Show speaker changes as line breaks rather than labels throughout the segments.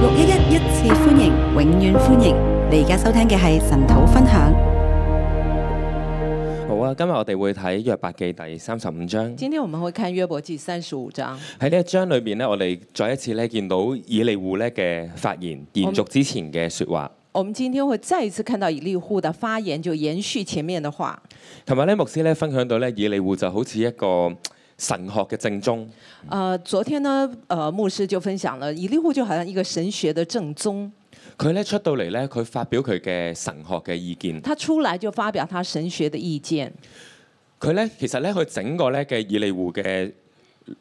六一一一次歡迎，永遠歡迎！你而家收聽嘅係神土分享。
好啊，今日我哋會睇約伯記第三十五章。
今天我們會看約伯記三十五章，
喺呢一章裏邊呢，我哋再一次咧見到以利戶咧嘅發言，延續之前嘅説話。
我們今天會再一次看到以利戶的發言，就延續前面的話。
琴日咧牧師咧分享到咧，以利戶就好似一個神學嘅正宗。
呃，昨天呢，呃，牧師就分享了以利戶就好像一個神學的正宗，
佢咧出到嚟咧，佢發表佢嘅神學嘅意見。
他出來就發表他神學的意見。
佢咧其實咧，佢整個咧嘅以利戶嘅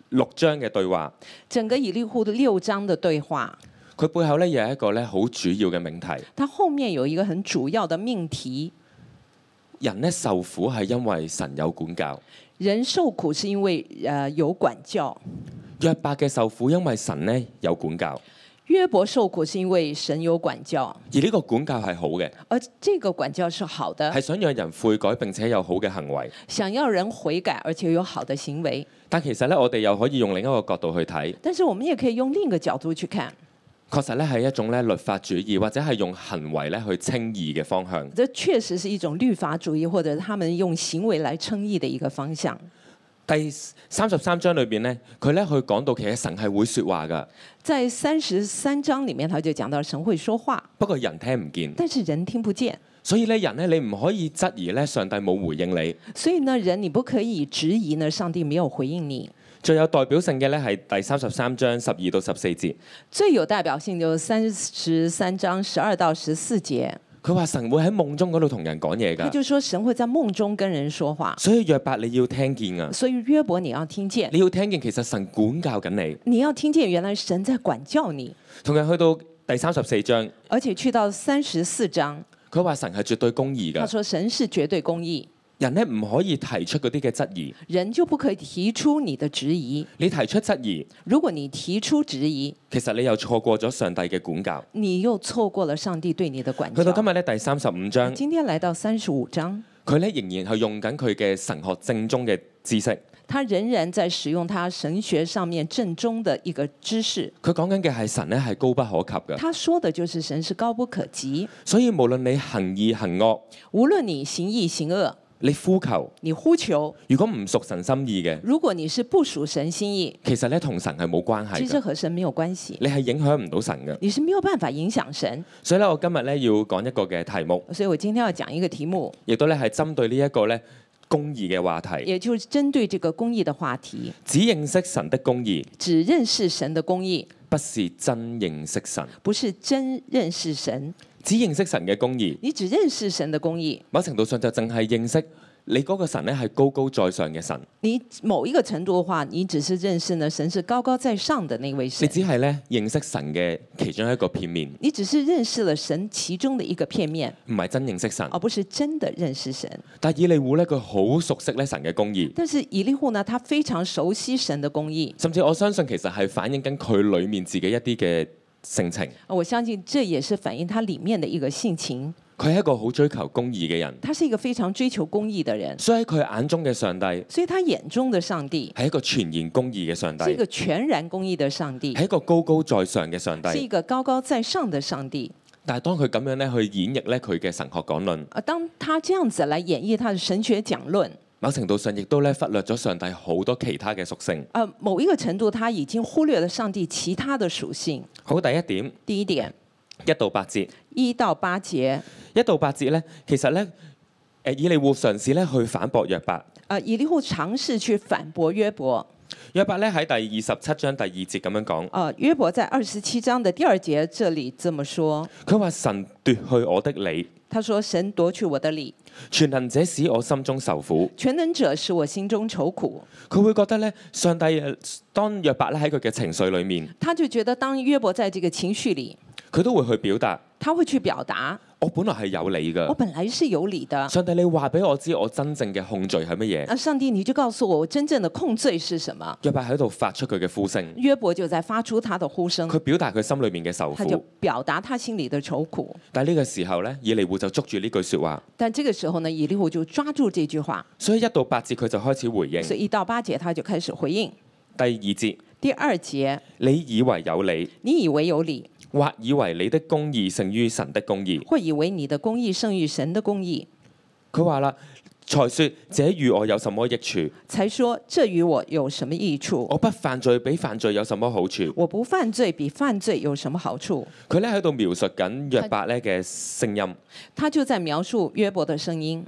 六章嘅對話，
整個以利戶的六章的對話，
佢背後咧有一個咧好主要嘅命題：
他後面有一個很主要的命題：
人咧受苦係因為神有管教。
人受苦是因為呃有管教，
約伯嘅受苦因為神咧有管教，
約伯受苦是因為神有管教，
而呢個管教係好嘅。
而這個管教是好的
係，想讓人悔改並且有好嘅行為，
想要人悔改而且有好的行為。
但其實咧，我哋又可以用另一個角度去睇，
但是我們也可以用另一個角度去看，
確實咧係一種咧律法主義或者係用行為咧去稱義嘅方向。
這確實是一種律法主義，或者他們用行為來稱義的一個方向。
第三十三章裏邊咧，佢咧去講到其實神係會説話㗎，
在三十三章裡面，他就講到神會說話，
不過人聽唔見，
但是人聽不見，
所以咧人咧你唔可以質疑咧上帝冇回應你。
所以呢，人你不可以質疑呢，上帝沒有回應你。
最有代表性嘅咧係第三十三章十二到十四節，
最有代表性就是三十三章十二到十四節，
佢話神會喺夢中嗰度同人講嘢
他
㗎，
就說神會在夢中跟人說話，
所以約伯你要聽見啊，
所以約伯你要聽見，
你要聽見其實神管教緊你。
你要聽見原來神在管教你，
同樣去到第三十四章。
而且去到三十四章，
佢話神係絕對公義
他
㗎，
說神是絕對公義。
人咧唔可以提出嗰啲嘅質疑。
人就不可以提出你的質疑。
你提出質疑，
如果你提出質疑，
其實你又錯過咗上帝嘅管教。
你又錯過了上帝對你的管
去
教。
到今日咧第三十五章，
今天來到三十五章，
佢咧仍然係用緊佢嘅神學正宗嘅知識。
他仍然在使用他神學上面正宗的一個知識。
佢講緊嘅係神咧係高不可及嘅，
他說的就是神是高不可及，
所以無論你行義行惡，
無論你行義行惡，
你呼求，
你呼求，
如果唔屬神心意嘅，
如果你是不屬神心意，
其實咧同神係冇關係
其實
嘅，
和神沒有關係，
你係影響唔到神嘅。
你是沒有辦法影響神。
所以咧，我今日咧要講一個嘅題目，
所以我今天要講一個題目，
亦都咧係針對呢一個咧公義嘅話題，
也就是針對這個公義的話題，
只認識神的公義。
只認識神的公義。
不是真認識神，
不是真認識神，
只認識神嘅公義，
你只認識神的公義，
某程度上就淨係認識你嗰個神咧係高高在上嘅神，
你某一個程度的話，你只是認識呢神是高高在上的那位
你
神，
只係咧認識神嘅其中一個片面，
你只是認識了神其中的一個片面，
唔係真認識神。
而不是真的認識神。
但以利戶咧，佢好熟悉咧神嘅公義，
但是以利戶呢，他非常熟悉神的公義，
甚至我相信其實係反映緊佢裡面自己一啲嘅性情。
我相信這也是反映他裡面的一個性情。
佢係一個好追求公義嘅人，
他是一個非常追求公義的人，
所以喺佢眼中嘅上帝
所以他眼中的上帝
係一個全然公義嘅上帝，
是一個全然公義的上帝，
係一個高高在上嘅上
是一
帝。
個高高在上的上帝。
但係當佢咁樣咧去演繹咧佢嘅神學講論。
而當他這樣子來演繹他的神學講論，
某程度上亦都咧忽略咗上帝好多其他嘅屬性。
呃，某一個程度他已經忽略了上帝其他的屬性。
好，第一點，
第一點，
一到八節，
一到八節，
一到八節咧，其實咧，誒以利戶嘗試咧去反駁約伯。
呃，以利戶嘗試去反駁約伯。
約伯咧喺第二十七章第二節咁樣講，
呃，約伯在二十七章的第二節這裡這麼說，
佢話神奪去我的理，
他說：神奪取我的理，
全能者使我心中受苦。
全能者使我心中愁苦。
佢會覺得咧，上帝誒當約伯咧喺佢嘅情緒裡面，
他就覺得，當約伯在這個情緒裡，
佢都會去表達，
他會去表達：
我本來係有理
我
㗎。
本來是有理的。
上帝，你話俾我知我真正嘅控罪係乜嘢？
那上帝，你就告訴我，我真正的控罪是什麼？
約伯喺度發出佢嘅呼聲，
約伯就在發出他的呼聲
佢。表達佢心裏面嘅受
他
苦
就。表達他心裡的愁苦。
但係呢個時候咧，以利戶就捉住呢句説話，
但這個時候呢，以利戶就抓住這句話，
所以一到八節佢就開始回應。
所以一到八節他就開始回應。
第二節，
第二节，
你以為有理，
你以为有理，
或以為你的公義勝於神的公義。
或以为你的公义胜于神的公义，
佢話啦，才說這與我有什麼益處？
才说这与我有什么益处？
我不犯罪比犯罪有什麼好處？
我不犯罪比犯罪有什么好处？
佢咧喺度描述緊約伯咧嘅聲音。
他就在描述约伯的声音。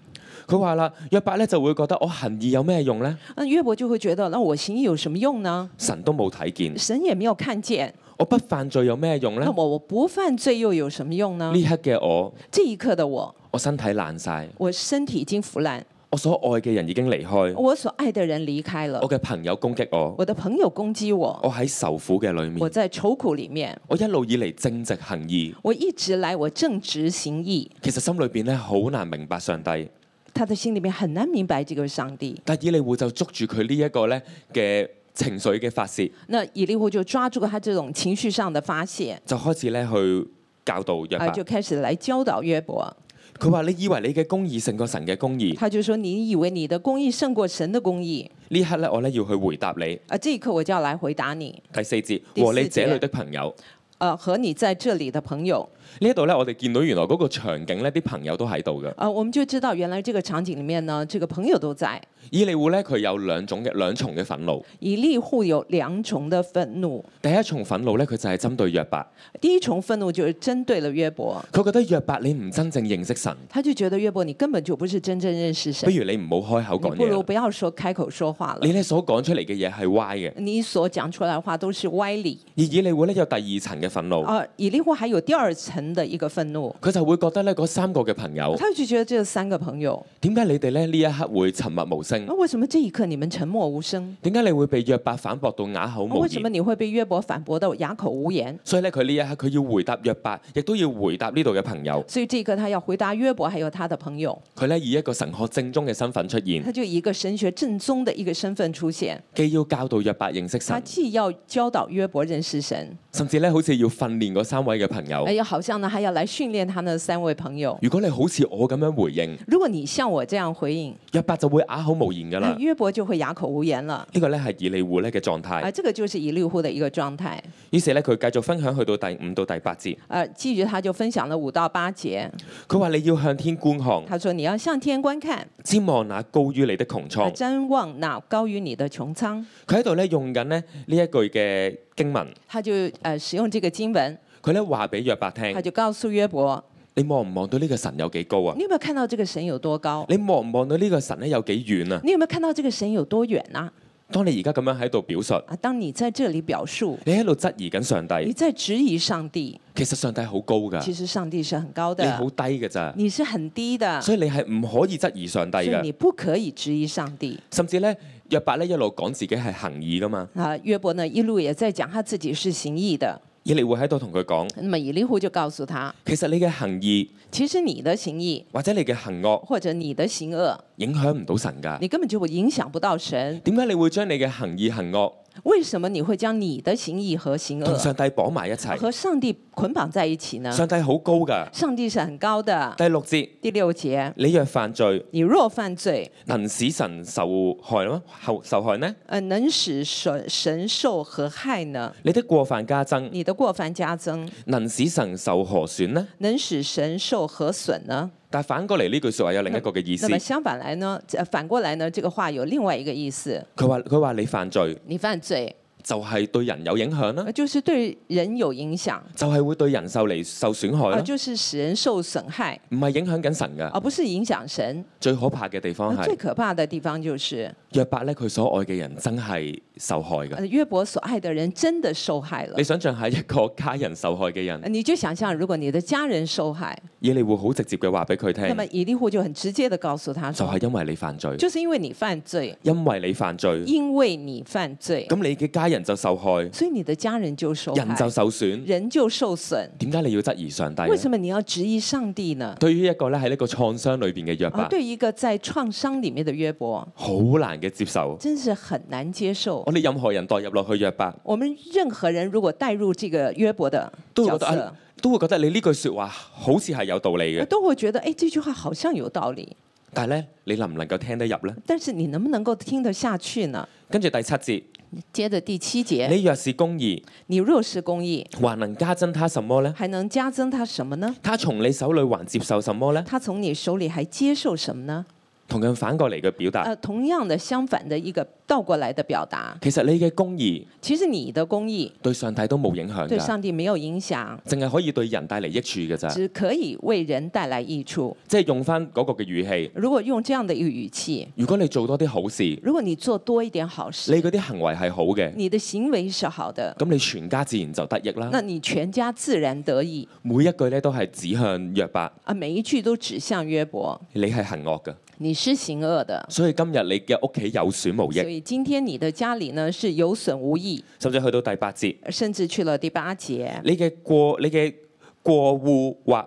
佢話啦，約伯咧就會覺得我行義有咩用呢？
那约伯就会觉得，那我行义有什么用呢？
神都冇睇見，
神也没有看见，
我不犯罪有咩用呢
那？我我不犯罪又有什么用呢？
呢刻嘅我，
这一刻的我，
我身體爛晒，
我身体已经腐烂，
我所愛嘅人已經離開，
我所爱的人离开了
我，嘅朋友攻擊我，
我的朋友攻击我，
我喺受苦嘅裏
我
面，
在愁苦里面，
我一路以嚟正直行義，
我一直来我正直行义，
其實心裏邊咧好難明白上帝。
他的心里面很难明白这个上帝。
但以利户就捉住佢呢一個咧嘅情緒嘅發泄，
那以利户就抓住了他这种情绪上的发泄，
就開始咧去教導約
啊、就
伯。
开始来教导约伯。
佢話：你以為你嘅公義勝過神嘅公義？
他就说：“你以为你的公义胜过神的公义？
呢刻咧，我咧要去回答你。
啊，这一刻我就要来回答你。
第四節，
第四節
和你這類的朋友。
呃，和你在这里的朋友，
呢一度咧，我哋見到原來嗰個場景咧，啲朋友都喺度嘅。
呃，我们就知道原来这个场景里面呢，这个朋友都在。
以利户咧，佢有兩種嘅兩重嘅憤怒。
以利户有两重的愤怒，
第一重憤怒咧，佢就係針對約伯，
第一重愤怒就是针对了约伯，
佢覺得約伯你唔真正認識神，
他就觉得约伯你根本就不是真正认识
不
神，
如你唔好開口
你
講
不
嘢
如
啦。
不要说开口说话了
你。咧所講出嚟嘅嘢係歪嘅。
你所讲出来的话都是歪理。
而以利户咧有第二層嘅憤怒，
啊，以利户还有第二层的一个愤怒，
佢就會覺得咧嗰三個嘅朋友，
他就觉得这三个朋友，
點解你哋咧呢一刻會沉默無聲
那？为什么这一刻你们沉默无声？
點解你會被約伯反駁到啞口
那
無
为什么
言？
你会被约伯反驳到哑口无言？
所以咧，佢呢一刻佢要回答約伯，亦都要回答呢度嘅朋友。
所以这一刻他要回答约伯还有他的朋友，
佢咧以一個神學正宗嘅身份出現，
他就以一个神学正宗的一个身份出现，
既要教導約伯認識
他
神，
既要教导约伯认识神，
甚至咧好似要訓練嗰三位嘅朋友
哎。呀，好像呢还要来训练他那三位朋友。
如果你好似我咁樣回應，
如果你像我这样回应，
約伯就會啞口無言㗎
那
啦。
约伯就会哑口无言了。
呢個咧係以利户咧嘅狀態
啊，。这个就是以利户的一个状态。
於是咧，佢繼續分享去到第五到第八節，
呃，基于他就分享了五到八节，
佢話你要向天觀看，
他说你要向天观看，
瞻望那高於你的穹
呃
蒼。
瞻望那高于你的穹苍。
佢喺度咧用緊咧呢一句嘅經文，
他就呃使用这个经文，
佢咧話俾約伯
他
聽：
就告訴约伯，
你望唔望到呢個神有幾高啊？
你有没有看到这个神有多高？
你望唔望到呢個神咧有幾遠啊？
你有没有看到这个神有多远呐、
當你而家咁樣喺度表述，
啊？当你在这里表述，
你喺度質疑緊上
你
帝，
在质疑上帝，
其實上帝好高
其
㗎，
实上帝是很高
你好
的，
低㗎咋，
你是很低的，
所
所
以你係唔可以質疑上帝
以
㗎。
你不可以质疑上帝。
甚至咧，約伯咧一路講自己係行義㗎嘛，
啊，约伯呢一路也在讲他自己是行义的，
以利會喺度同佢講，
那么以利户就告诉他，
其實你嘅行義
其实你的行义
或者你嘅行惡
或者你的行恶，
影響唔到神㗎。
你根本就影响不到神。
點解你會將你嘅行義行惡
为什么你会将你的行义和行
同
恶
上帝綁埋一齊？
和上帝捆绑在一起呢？
上帝好高㗎。
上帝是很高的。
第六節。
第六节，
你若犯罪，
你若犯罪，
能使神受害嗎？後受害呢？
呃，能使神神受何害呢？
你的過犯加增，
你的过犯加增，
能使神受何損呢？
能使神受何损呢？
但反過嚟呢句说話有另一個嘅意思
那，么相反来呢？呃反過來呢？这个话有另外一个意思，
佢話佢話你犯罪
你犯罪，
就係對人有影響啦
呃，就是對人有影響，
就係會對人受嚟受損害
啊，
啦，
就是使人受損害，
唔係影響緊神噶。
而不是影響神。
最可怕嘅地方
那最
係
可怕的地方就是，
約伯咧，佢所愛嘅人真係受害噶。
呃约伯所愛的人真的受害了呃
你。想象下一個家人受害嘅人，
你就想象，如果你的家人受害，
以利會好直接嘅話俾佢聽
那，么以利户就很直接的告訴他
就
说，
係因為你犯罪，
就是因为你犯罪，
因為你犯罪，
因为你犯罪，
咁你嘅家人就受害，
所以你的家人就受害，
人哎就受損。
人就受损。
點解你要質疑上帝呢？
为什么你要质疑上帝呢？
對於一個咧喺呢個創傷裏邊嘅約
啊，
伯，
对一个在创伤里面的约伯，
好難嘅接受。
真是很难接受。
我哋任何人代入落去約伯，
我们任何人如果带入这个约伯的
都會
角
覺得、
色
啊，都會覺得你呢句説話好似係有道理嘅。
啊都会觉得，哎，这句话好像有道理。
但係咧，你能唔能夠聽得入呢？
但是你能不能够聽得下去呢？
跟住第七節，
接着第七节，
你若是公義，
你若是公义，
還能加增他什麼呢？
还能加增他什么呢？
他從你手裏還接受什麼呢？
他從你手里还接受什么呢？
同樣反過嚟嘅表達，
呃，同样的相反的一个倒过来的表达，
其實你嘅公義
其實你的公义
對上帝都冇影響
對
㗎，
上帝沒有影響，
淨係可以對人帶嚟益處㗎咋。
只可以為人帶來益處。
即係用翻嗰個嘅語氣，
如果用這樣的一個語氣，
如果你做多啲好事，你
如果你做多一点好事，
嗰啲行為係好嘅，
你的行為是好的，
咁你全家自然就得益啦。
那你全家自然得益
每一句咧都係指向約伯，
啊！每一句都指向約伯，
你係行惡嘅，
你是行惡的，
所以今日你嘅屋企有損無
所
益，
以今天你的家裡呢是有損無益，
甚至去到第八節，
甚至去了第八節，
你嘅過你嘅過户或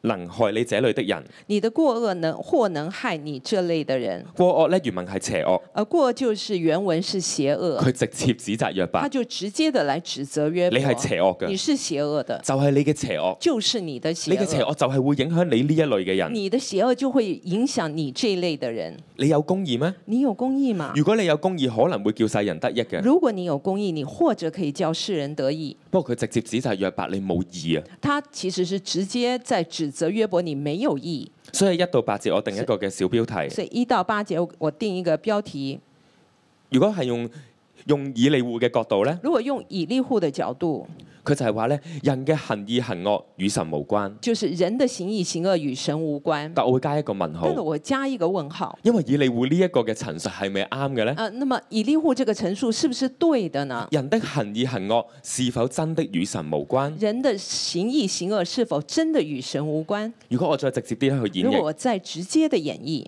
能害你這類的人，
你的過惡能或能害你這類的人，
過惡咧原文係邪惡，
而過惡就是原文是邪惡，
佢直接指責約伯
呃他，就直接的來指責約
你
伯，
係邪惡
你
嘅，
是邪惡的，
就係你嘅邪惡，
就是你的邪
你嘅邪
惡，
惡就係會影響你呢一類嘅人。
你的邪惡就會影響你這一類的人。
你有公義咩？
你有公義嗎？
如果你有公義，可能會叫世人得益嘅。
如果你有公義，你或者可以叫世人得益。
不過佢直接指責約伯你冇義啊，
他其實是直接在指責約伯你沒有義。
所以一到八節我定一個嘅小標題。
所以一到八節，我我定一個標題。
如果係用用以利户嘅角度呢，
如果用以利户的角度，
佢就係話呢：人嘅行義行惡與神無關。
就是人的行義行惡與神無關。
但我會加一個問
但是
號，
我加一個問號。
因為以利户呢一個嘅陳述係咪啱嘅呢？
呃，那麼以利户這個陳述是不是對的呢？
人的行義行惡是否真的與神無關？
人的行義行惡是否真的與神無關？
如果我再直接啲去演
如果
繹，
我再直接的演繹，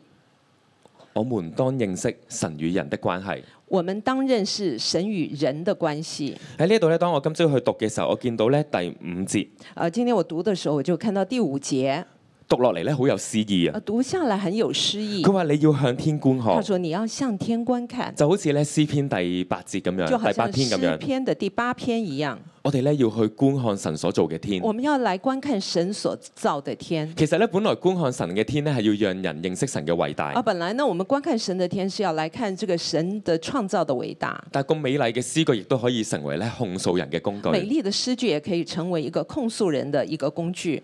我們當認識神與人的關係。
我們當認識神與人的關係。
喺呢度呢，當我今朝去讀嘅時候，我見到呢第五節
呃，今天我讀的時候，我就看到第五節，
讀落嚟呢，好有詩意啊！
呃，讀下來很有詩意
佢。話你要向天觀
嗯他
看。
說你要向天觀看，
就好似咧詩篇第八節咁樣，
就好
呃第八
像
篇咁
詩
樣，
篇的第八篇一樣，
我哋咧要去觀看神所做嘅天。
我們要來觀看神所造的天。
其實咧，本來觀看神嘅天咧係要讓人認識神嘅偉
啊，
大，
本來呢，我們觀看神的天是要來看這個神的創造的偉大。
但係咁美麗嘅詩句亦都可以成為咧控訴人嘅工具。
美麗的詩句也可以成為一個控訴人的一個工具。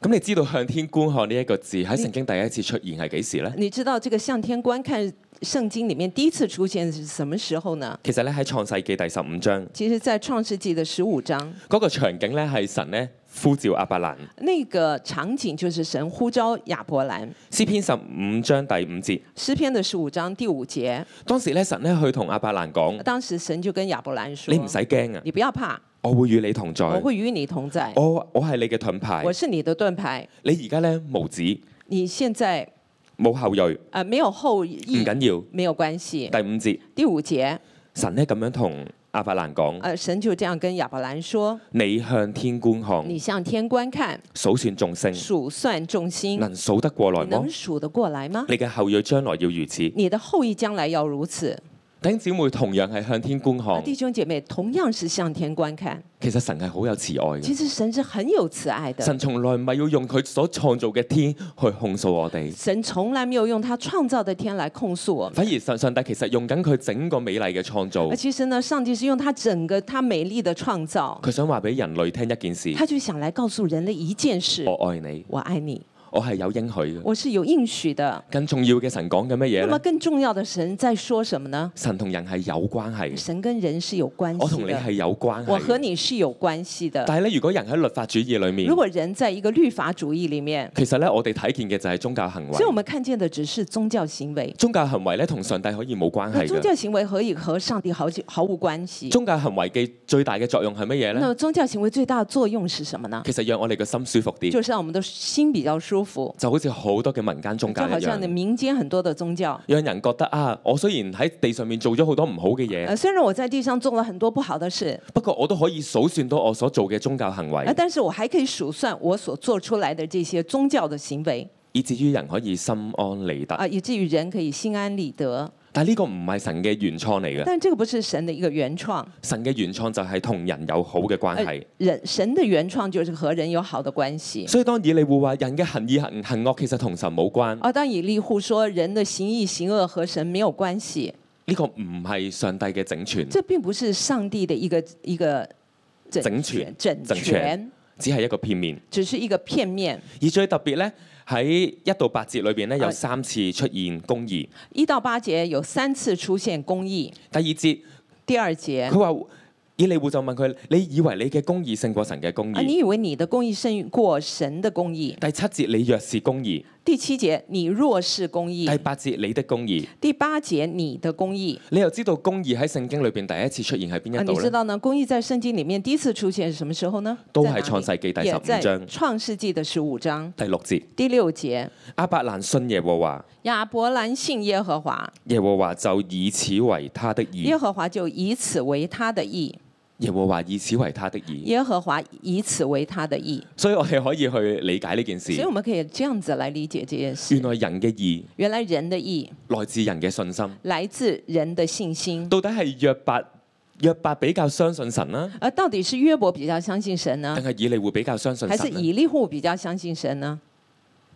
咁你知道向天觀看呢一個字喺聖經第一次出現係幾時呢？
你知道這個向天觀看，聖經裡面第一次出現是什麼時候呢？
其實咧喺創世記第十五章
其實，在創世紀的十五章，
嗰、個場景咧係神咧呼召亞伯蘭。
那個場景就是神呼召亞伯蘭。
詩篇十五章第五節，
詩篇的十五章第五節，
當時咧神咧去同亞伯蘭講：
當時神就跟亞伯蘭說：
你唔使驚啊，
你不要怕，
我會與你同在，
我會與你同在，
我我係你嘅盾牌
我，是你的盾牌。
你而家咧無子。
你現在
冇後裔
呃沒有後
唔
裔，
緊
沒有關係。
要。第五節，
第五節，
神咧咁樣同亞伯蘭講：
呃，神就這樣跟亞伯蘭說：
你向天觀看，
你向天觀看，
數算眾星，
數算眾星，
能數得過來
你
麼
能？數得過來嗎？
你嘅後裔將來要如此。
你的後裔將來要如此。
弟兄姊妹同樣係向天觀
而
看，
弟兄姐妹同樣是向天觀看，
其實神係好有慈愛
其
嘅。
實神是很有慈愛的。
神從來唔係要用佢所創造嘅天去控訴我哋，
神從來沒有用他創造的天來控訴我們，
反而上上帝其實用緊佢整個美麗嘅創造
而，其實呢，上帝是用他整個他美麗的創造，
佢想話俾人類聽一件事：
他就想來告訴人類一件事：
我愛你，
我愛你，
我係有應許嘅。
我是有應許的。
更重要嘅神講緊乜嘢
那麼
呢？
更重要的，神在說什麼呢？
神同人係有關係嘅，
神跟人是有關
我同
係
你
的，
係有關
我
係嘅
和。你是有關係的。
但係咧，如果人喺律法主義裏面
如，果人在一個律法主義裡面，
其實咧我哋睇見嘅就係宗教行
所以我
為。
們看見的只是宗教行為，
宗教行為咧同上帝可以冇關
那
係
宗
嘅。
教行為可以和上帝毫毫無關係。
宗教行為嘅最大嘅作用係乜嘢
那
咧？
麼宗教行為最大的作用是什麼呢？
其實讓我哋嘅心舒服啲，
就是讓我們的心比較舒服，
就好似好多嘅民間宗
就
教一
好像你
樣，
民間很多的宗教。
讓人覺得啊，我雖然喺地上面做咗好多唔好嘅嘢
呃，，雖然我在地上做了很多不好的事，
不過我都可以數算到我所做嘅宗教行
呃，
為，
但是我還可以數算我所做出來的這些宗教的行為，
以至於人可以心安理
啊、
得。
以至於人可以心安理得。
但係呢個唔係神嘅原創嚟嘅，
但这个不是神的一个原创，呃
神嘅原創就係同人有好嘅關係。
人神的原创就是和人有好的关系。
所以當以利户話人嘅行義行行惡其實同神冇關，呢、
而啊当以利户说人的行义行恶和神没有关系，
個唔係上帝嘅整全，
这并不是上帝的一个一个整
整全
全整
整全
全，
只係一個片面。
只是一个片面。
而最特別呢，喺一到八節裏邊呢，有
啊
三次出現公義。
一到八节有三次出现公义，
第二節
第二节
佢話以利户就問佢：你以為你嘅公義勝過神嘅公
啊，你
義？
以为你的公义胜过神的公义？
第七節你若是公義，
第七节你若是公义
第，八節你的公義。
第八节你的公义。
你又知道公義喺聖經裏邊第一次出現喺邊
啊，
一
你
度
知
呢？
道呢？公益在圣经里面第一次出现是什么时候呢？
都
在
係
哪里
創世紀第
也
15
在
章
创世纪的十五章
第六節，
第六节，
阿伯蘭信耶和華，
亚伯兰信耶和华，
耶和華就以此為他的
耶
義，
和华就以此为他的义，
耶和華以此為他的義。
耶和华以此为他的义。
所以我哋可以去理解呢件事
所以。我们可以这样子来理解这件事
原。來人嘅義
原來人的义
來自人嘅信心，
来自人的信心，
到底係約伯約伯比較相信神啦、
而到底是约伯比较相信神呢
定，係以利會比較相信
还啊是
神呢？
以利户比较相信神呢？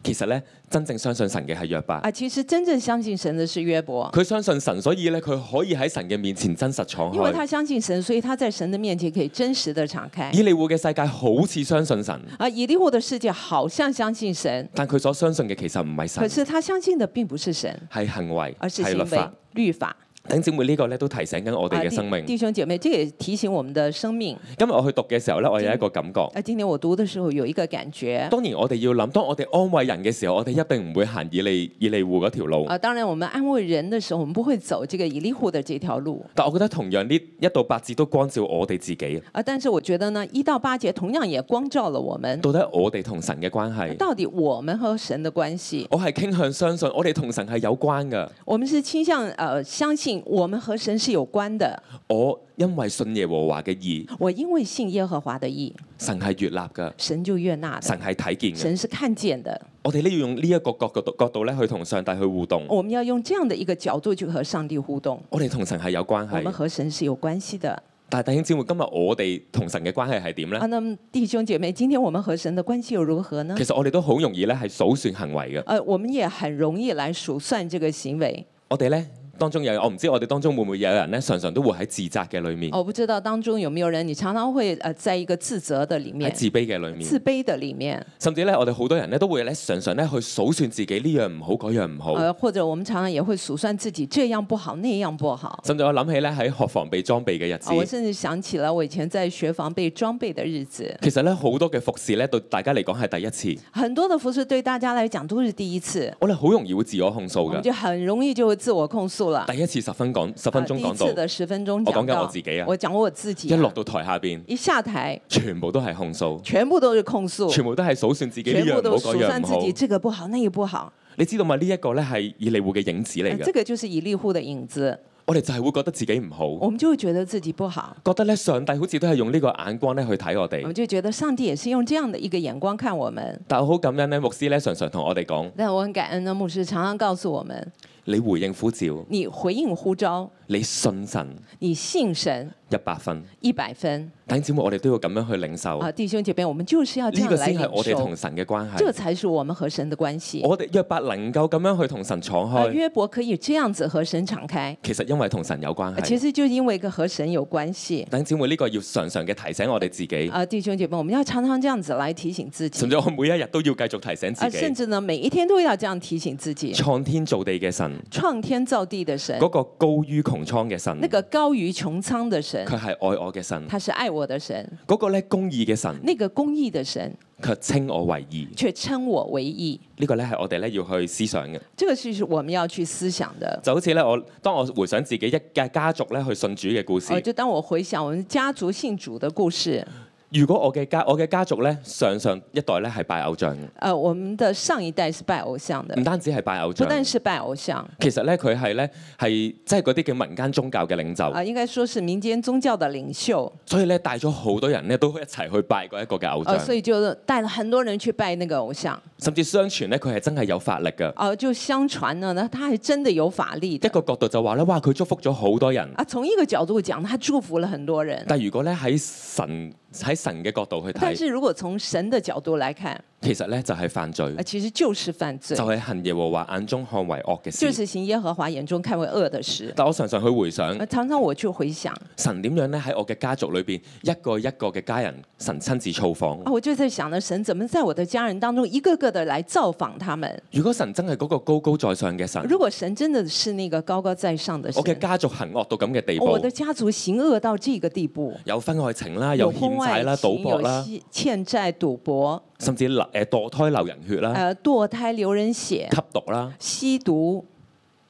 其實咧，真正相信神嘅係約伯，
啊，其实真正相信神的是约伯，
佢相信神，所以咧佢可以喺神嘅面前真實敞
因为他
開。
相信神，所以他在神的面前可以真实的敞开。
以利會嘅世界好似相信神，
啊，以利户的世界好像相信神，
但佢所相信嘅其實唔係
可
神，
是他相信的并不是神，
係行為，
而是
係
行
律
为
法。
律法。
頂姊妹呢個咧都提醒緊我哋
啊
嘅
弟
生命。
弟兄姐妹，这也提醒我们的生命。
今日我去讀嘅時候咧，我有一個感覺。
啊，今天我讀的時候有一個感覺。
當然我哋要諗，當我哋安慰人嘅時候，我哋一定唔會行以利以利户嗰條路。
啊，当然我們安慰人的時候，我們不會走這個以利户的這條路。
但我覺得同樣呢一到八節都光照我哋自己，
啊，但是我覺得呢，一到八節同樣也光照了我們，
到底我哋同神嘅關係。
到底我們和神的關係。
我係傾向相信我哋同神係有關嘅。
我們是傾向呃相信我們和神是有關的。
我因為信耶和華嘅義，
我因為信耶和華的義，
神係悦納嘅，
神就悦納的，
神係睇見嘅。
神是看見的。
我哋呢要用呢一個角度角度咧去同上帝去互動。
我们要用这样的一个角度去和上帝互动。
我哋同神係有關
我们
係，
和神是有关系的
但係弟兄姊妹，今日我哋同神嘅關係係點
啊。
呢？
那么弟兄姐妹，今天我们和神的关系又如何呢
其？實我哋都好容易咧係數算行為嘅。
呃，我们也很容易来数算这个行为。
我哋咧當中有我唔知我哋當中會唔會有人咧，常常都活喺自責嘅裏面，
哦我不知道当中有没有人，你常常会呃，在一个自责的里
喺
面、
自卑嘅裏面
自。卑的里面，
甚至咧，我哋好多人咧都會咧，常常咧去數算自己呢樣唔好，嗰樣唔好。
呃，或者我们常常也会数算自己这样不好那样不好。
甚至我諗起咧喺學房被裝備嘅日
啊，我
子，
甚至想起了我以前在学房被装备的日子，
其實咧好多嘅服侍咧對大家嚟講係第一次，
很多的服饰对大家来讲都是第一次，
我哋好容易會自我控
我
訴
们
㗎。
就很容易就会自我控诉了。
第一次十分講十分鐘
啊第一次
講到，
的十分鐘
我講
講
緊
到
我自己啊
我講我自己
一
啊、
落到台下邊，
一下台，
全部都係控訴，
全部都是控訴，
全部都係數算自己呢樣
全部
唔好，
都
嗰
數
樣唔
算自己
好。
這個不好，那個不好。
你知道嘛？呢一個咧係以利戶嘅影子嚟
呃這
嘅，
個就是以利户的影子，
我哋就係會覺得自己唔好，
我們就會覺得自己不好，
覺得咧上帝好似都係用呢個眼光咧去睇我
我
哋
們。就覺得上帝也是用這樣的一個眼光看我們。
但我好感恩咧，牧師咧常常同我哋講：
但我很感恩的牧師常常告訴我們，
你回應呼召，
你回應呼召，
你信神
你信神
一百分。
一百分
弟兄姊妹，我哋都要咁樣去領受，
啊，
呢
弟兄姐妹，我們就是要這
個
樣來
先啊係我
領
哋同
受，
神嘅關
這
係。
才是我們和神的關係。
我哋約伯能夠咁樣去同神敞
啊，
開，
約伯可以這樣子和神敞開，
其實因為同神有關
啊其
係。
實就因為跟和神有關係。
弟兄姊妹，呢個要常常嘅提醒我哋自己，
啊，弟兄姐妹，我们要常常这样子来提醒自己
甚，至我每一日都要繼續提醒
啊，
自
甚
己。
至呢，每一天都要这样提醒自己，
創天造地嘅神，
创天造地的神，
嗰個高於穹蒼嘅神，
那個高於穹苍的神，
佢係愛我嘅神，
他是愛我的神，
嗰個咧公義嘅神，
那個公義的神
卻稱我為義。
卻稱我為義。
呢個咧係我哋咧要去思想嘅。
这个是我们要去思想的。
就好似咧，我當我回想自
哦
己一嘅家族咧去信主嘅故事
哦，，就當我回想我們家族信主的故事，
如果我嘅家我嘅家族咧上上一代咧係拜偶像嘅，
呃，我们的上一代是拜偶像的
唔，單止係拜偶
不
像，
但是拜偶像，啊、
其實咧佢係咧係即係嗰啲嘅民間宗教嘅領袖，
啊应该说是民间宗教的領袖，
所以咧帶咗好多人咧都一齊去拜嗰一個嘅偶
呃，所
像，
以就带了很多人去拜那个偶像，
甚至相傳咧佢係真係有法力嘅。
呃，就相傳呢，那他还真的有法力
一
的，
個角度就話咧，哇佢祝福咗好多人，
啊，從一個角度講，他祝福了很多人。
但如果咧喺神喺神嘅角度去
但
睇，
是如果從神的角度來看，
其實咧就係犯罪
呃，，其實就是犯罪
就，係行耶和華眼中看為惡嘅
就
事。
是行耶和華眼中看為惡的事。
但我常常去回想
呃，常常我去回想，啊
神點樣咧喺我嘅家族裏邊一個一個嘅家人，神親自造訪
啊，。我就在想呢，神怎麼在我的家人當中一個個的來造訪他們？
如果神真係嗰個高高在上嘅神，
如果神真的是那個高高在上的神
我，嘅家族行惡到咁嘅地
哦我
步，
的家族行惡到這個地步，
有婚外情啦，有欠
婚外
債啦、
情
賭博啦，
有欠債、賭博，
甚至流誒墮胎流人血啦、
呃，墮胎、流人血、
吸毒啦。
吸毒。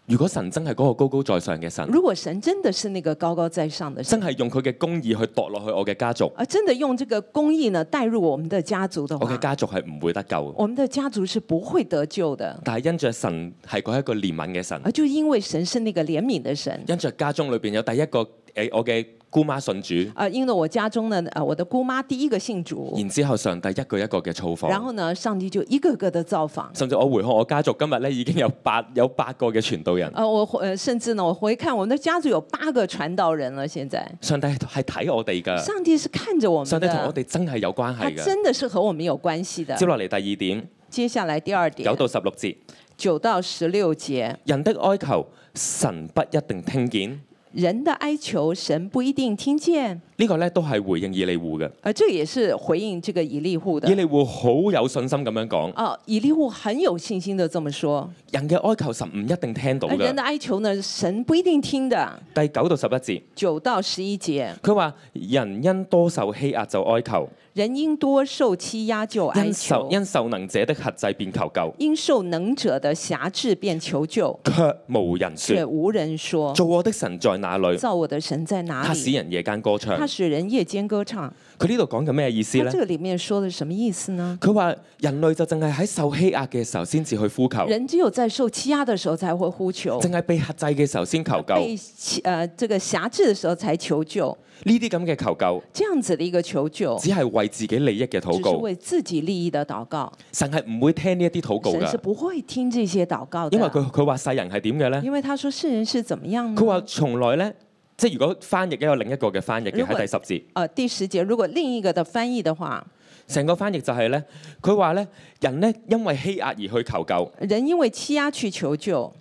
如果神真係嗰個高高在上嘅神，
如果神真的是那個高高在上的神
真，係用佢嘅公義去墮落去我嘅家族，
而真的用這個公義呢帶入我們的家族的
我嘅
話，
家族係唔會得救。
我們的家族是不會得救的。啊
但係因着神係嗰一個憐憫嘅神，
而就因為神是那個憐憫的神，
因着家中裏邊有第一個誒、我嘅姑媽信主，
啊，因為我家中呢，呃，我的姑媽第一個信主，
然之後上帝一個一個嘅造訪。
然後呢，上帝就一個個的造訪。
甚至我回看我家族今日咧已經有八有八個嘅傳道人，
呃，我呃，甚至呢，我回看我們的家族有八個傳道人了。現在，
上帝係睇我哋㗎，
上帝是看着我
啊上
們
帝同我
的，
哋真係有關
他
係㗎。
真的是和我們有關係的
接。落嚟第二點，
接下來第二點
九，到十六節，
九到十六節，
人的哀求神不一定聽見，
人的哀求神不一定聽見，
呢、個咧都係回應以利户嘅。
而這也是回應這個以利戶
以
的。
利户好有信心咁樣講，
哦，以利戶很有信心的這麼說，
人嘅哀求神唔一定聽到
而哎呃人啊
㗎。
的哀求呢，神不一定聽的。
第九到十一節，
九到十一節，
佢話人因多受欺壓就哀求，
人因多受欺壓就哀
因受
求，
因受能者的轄制便求救，
因受能者的轄制便求救，
卻無人
卻
說：
無人說。
做我的神在哪裏？
造我的神在哪
他使
裡？
人夜間歌唱
他。使人夜間歌唱。
佢呢度講緊咩意思
他
呢
這？個裡面說的什麼意思呢？
佢話人類就淨係喺受欺壓嘅時候先至去呼求，淨
人只有在受欺壓的時候才會呼求，
係被克制嘅時候先求救。
被欺呃這個轄制的時候才求救。
呢啲咁嘅求救，
這樣子的一個求救，
只係為自己利益嘅禱
只是
告。
為自己利益的禱告。
神係唔會聽呢一啲禱告
神
㗎，
是不會聽這些禱告的，
因為佢佢話世人係點嘅呢？
因為他說世人是怎麼樣呢？
佢話從來呢，即係如果翻譯咧有另一個嘅翻譯嘅
如果
喺第十節，
呃，第十節，如果另一個的翻譯的話，
成個翻譯就係呢：佢話呢，人呢因為欺壓而去求救，
人因為欺壓去求救，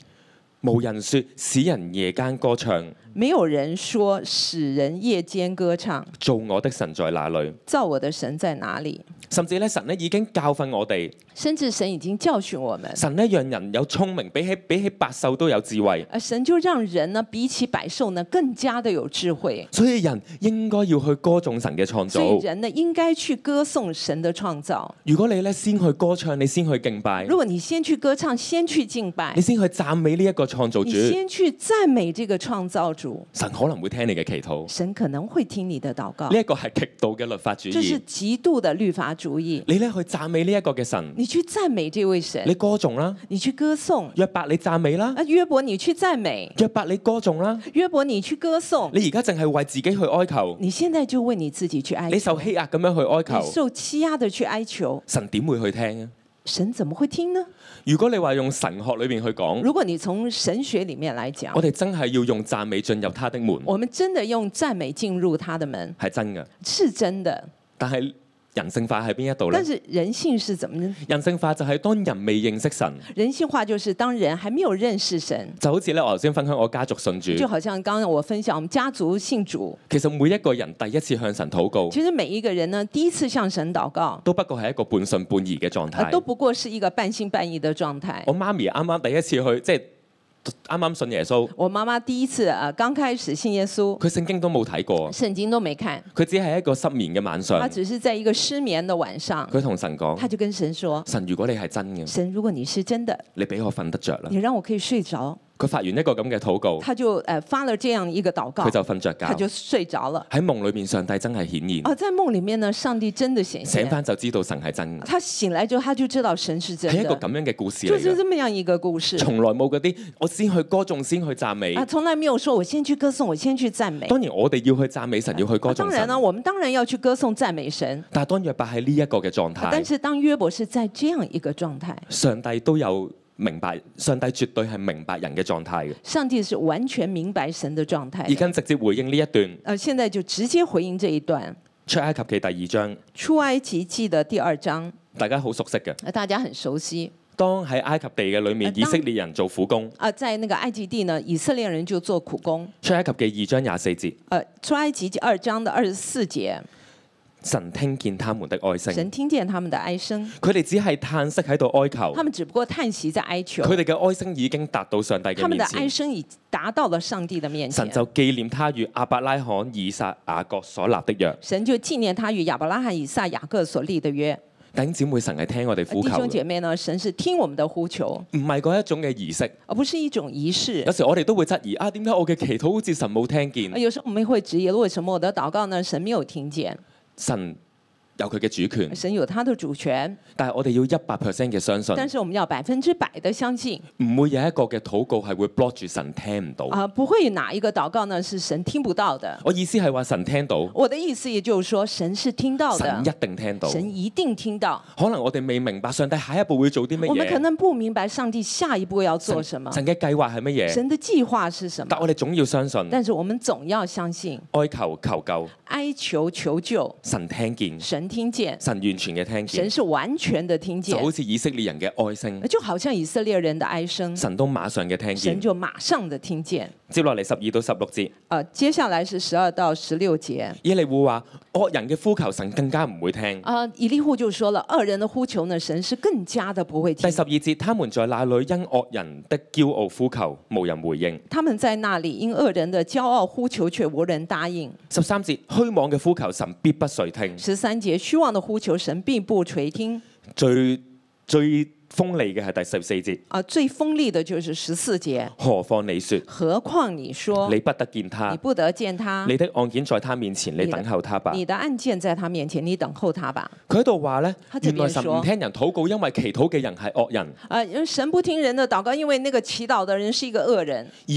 無人說使人夜間歌唱，
沒有人說使人夜間歌唱，
做我的神在哪裏？
造我的神在哪裡？
甚至呢，神呢已經教訓我哋。
甚至神已經教訓我們，
神咧讓人有聰明，比起比起百獸都有智慧，
而呃神就讓人呢比起百獸呢更加的有智慧，
所以人應該要去歌頌神嘅創
所
造。
以人呢應該去歌頌神的創造。
如果你咧先去歌唱，你先去敬拜
如，果你先去歌唱，先去敬拜
你，先去讚美呢一個創造主
你，先去讚美這個創造主，
神可能會聽你嘅祈禱。
神可能會聽你的禱告
呢。一個係極度嘅律法主
這哦是
義。
極度的律法主義。
你咧去讚美呢一個嘅神，
你去讚美這位神
你，歌頌啦，
你去歌頌。
約伯你讚美啦，
啊，約伯，你去讚美；
約伯你歌頌啦，
約伯，你去歌頌。
你而家淨係為自己去哀求，
你現在就為你自己去哀
你
求，
受欺壓咁樣去哀
你
求，
受欺壓的去哀求，
神點會去聽啊？
神怎麼會聽呢？
如果你話用神學裏面去講，
如果你從神學裡面來
我
講，
哋真係要用讚美進入他的門，
我們真的用讚美進入他的門
係真嘅。
是真的，
但係人性化喺邊一度呢
但？是人性是怎麼呢？
人性化就係當人未認識神，
人性化就是當人還沒有認識神，
就好似咧我頭先分享我家族信主，
就好像剛剛我分享我們家族信主，
其實每一個人第一次向神禱告，
其實每一個人呢，第一次向神禱告，
都不過係一個半信半疑嘅狀
呃，都
態。
不過是一個半信半疑的狀態。
我媽咪啱啱第一次去，即係啱啱信耶穌，
我媽媽第一次啊，呃剛開始信耶穌，
佢聖經都冇睇過，
聖經都沒看，
佢只係一個失眠嘅晚上
她，只是在一個失眠的晚上，
佢同神講：
她就跟神說：
神，如果你係真嘅，
神，如果你是真的，
你俾我瞓得着啦。
你讓我可以睡着，
佢發完一個咁嘅禱告，
他就誒發了這樣一個禱告
佢，就瞓着覺
他。就睡着了。
喺夢裏面，上帝真係顯現，
啊，在夢裡面呢，上帝真的顯
醒
現。
翻就知道嗯神係真，
他醒來之後，他就知道神是真
係一個
的，
咁樣嘅故事
就
嚟
是
嘅。
這麼樣一個故事。
從來冇嗰啲我先去歌頌，先去讚美。
啊，從來沒有說我先去歌頌，我先去讚美。
當然我哋要去讚美神，要去歌
啊當
頌
然呢，
神。
我們當然要去歌頌讚美神。
但係當約伯喺呢一個嘅狀
啊但
態，
是當約伯是在這樣一個狀態，
上帝都有明白，上帝絕對係明白人嘅狀態嘅。
上帝是完全明白神的狀態
而
的。
家直接回應呢一段
呃，現在就直接回應這一段
出埃及記第二章，
出埃及記的第二章，
大家好熟悉嘅。
呃大家很熟悉。
當喺埃及地嘅裏面，
當
以色列人做苦工。
啊，在那個埃及地呢，以色列人就做苦工。
出埃及記二章廿四節，
呃，出埃及記二章的二十四節，
神聽見他們的哀聲，
神聽見他們的哀聲，
佢哋只係嘆息喺度哀求，
他們只不過嘆息在哀求，
佢哋嘅哀聲已經達到上帝嘅
他們的
面
哀
前。
聲已達到了上帝的面前
神。就紀念他與亞伯拉罕、以撒、雅各所立的約。
神就紀念他與亞伯拉罕、以撒、雅各所立的約。
弟兄姊妹，神係聽我哋
呃
呼
弟
求
兄
嘅，
姐妹呢，神是聽我們的呼求，
唔係嗰一種嘅儀式。
而不是一種儀式
有。時我哋都會質疑啊，點解我嘅祈禱好似神冇聽
呃
見？
有時候我們會質疑，為什麼我的禱告呢？神沒有聽見，
神有佢嘅主權，
神有他的主權，
但係我哋要一百 percent 嘅相信，
但是我們要百分之百的相信
唔會有一個嘅禱告係會 block 住神聽唔到。
啊、不會有哪一個禱告呢是神聽不到的。
我意思係話神聽到，
我的意思也就是說，神是聽到
神
的，
一定聽到。
神一定聽到。
可能我哋未明白上帝下一步會做啲乜
我們可
嘢，
能不明白上帝下一步要做什麼，
神嘅計劃係乜嘢，
神的計劃是什
但
麼，
我哋總要相信，
但是我們總要相信，
哀求求救，
哀求求救，
神聽見，
神聽見，
神完全嘅聽
神
見，
是完全的聽
就
見
好，似以色列人嘅哀聲，
就好像以色列人的哀聲，
神都馬上嘅聽
神
見。
就馬上的聽見。
接落嚟十二到十六節，
呃，接下來是十二到十六節。
以利戶話：惡人嘅呼求神更加唔會聽。
呃，以利戶就說了，恶人的呼求呢，神是更加的不會
第
聽
十。二節，他們在那裏因惡人的驕傲呼求，無人回應。
他們在那裡因恶人的驕傲呼求，却無人答應。
十三節，虛妄嘅呼求神必不垂聽。
十三節，虛妄的呼求，神並不垂聽。
最最鋒利嘅係第十四節，
啊，最鋒利的就是十四節。
何況你說
何況你说
你不得見
哦你
他，
不得見他，
你的案件在他面前，你
你的
等候他吧。
你的案件在他面前，你等候他吧。
佢喺度話咧，
他這邊
原來神唔
說
聽人禱告，因為祈禱嘅人係惡人，
啊，因為神不聽人的禱告，因為那個祈禱的人是一個惡人。
而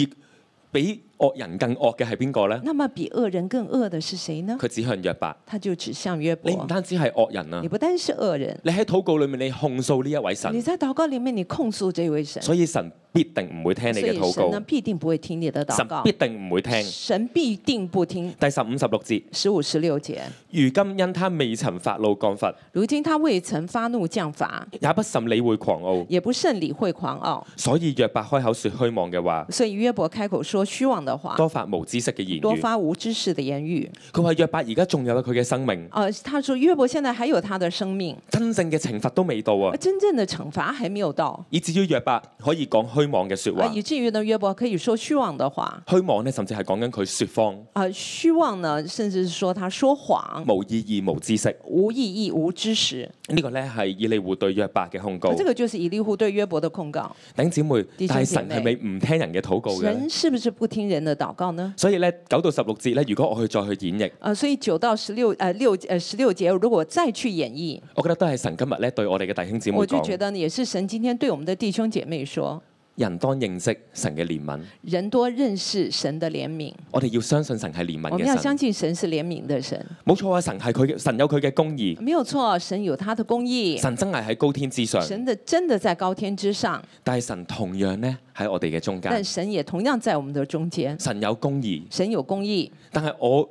比惡人更惡嘅係邊個咧？
那麼比惡人更惡的是誰呢？
佢指向約伯。
他就指向約
你唔
伯。
單止係惡人啊
你，不单是惡人，
你喺禱告裏面你控訴呢一位
你
神，
在禱告裡面你控訴這位神，
所以神必定唔會聽你
所
嘅
以
禱
神呢
告，
必定不會聽你的禱
神
告
必，定唔會聽。
神必定不聽。
第十五十六節，
十五十六節，
如今因他未曾發怒降罰，
如今他未曾發怒降罰，
也不甚理會狂傲，
也不甚理會狂傲，
所以約伯開口說虛妄嘅話，
所以約伯開口說虛妄的話，
多發無知識嘅言
啊多
語。
發無知識的言語。
佢話約伯而家仲有佢嘅生命，
呃，他說約伯現在還有他的生命，
真正嘅懲罰都未到啊
而，真正的懲罰還沒有到，
以至於約伯可以講虛妄嘅說
啊，
話。
以至於呢約伯可以說虛妄的話，
虛妄呢，甚至係講緊佢說謊，
啊，虛妄呢甚至是說他說謊，
無意義、無知識。
無意義、無知識。
呢個呢係以利戶對約伯嘅控告
啊。這個就是以利戶對約伯的控告。
頂姊妹，
弟兄
但係神係咪唔聽人嘅禱告嘅呢？
神是不是不聽人的禱告呢？
所以呢，九到十六節呢，如果我去再去演繹，
呃，所以九到十六，呃六呃十六節，如果再去演繹，
我覺得都係神今日呢對我哋嘅弟兄姊妹
我就覺
講：
得呢也是神今天對我們的弟兄姐妹說，
人當認識神嘅憐憫，
人多認識神的憐憫，
我哋要相信神係憐
我
憫嘅
們要相
神。
信神是憐憫的神，
冇錯啊，神係佢嘅，神有佢嘅公義，
沒有錯，神有他的公義，
神真係喺高天之上，
神的真的在高天之上，
但係神同樣呢喺我哋嘅中間
但。神也同樣在我們的中間，
神有公義，
神有公義，
但係我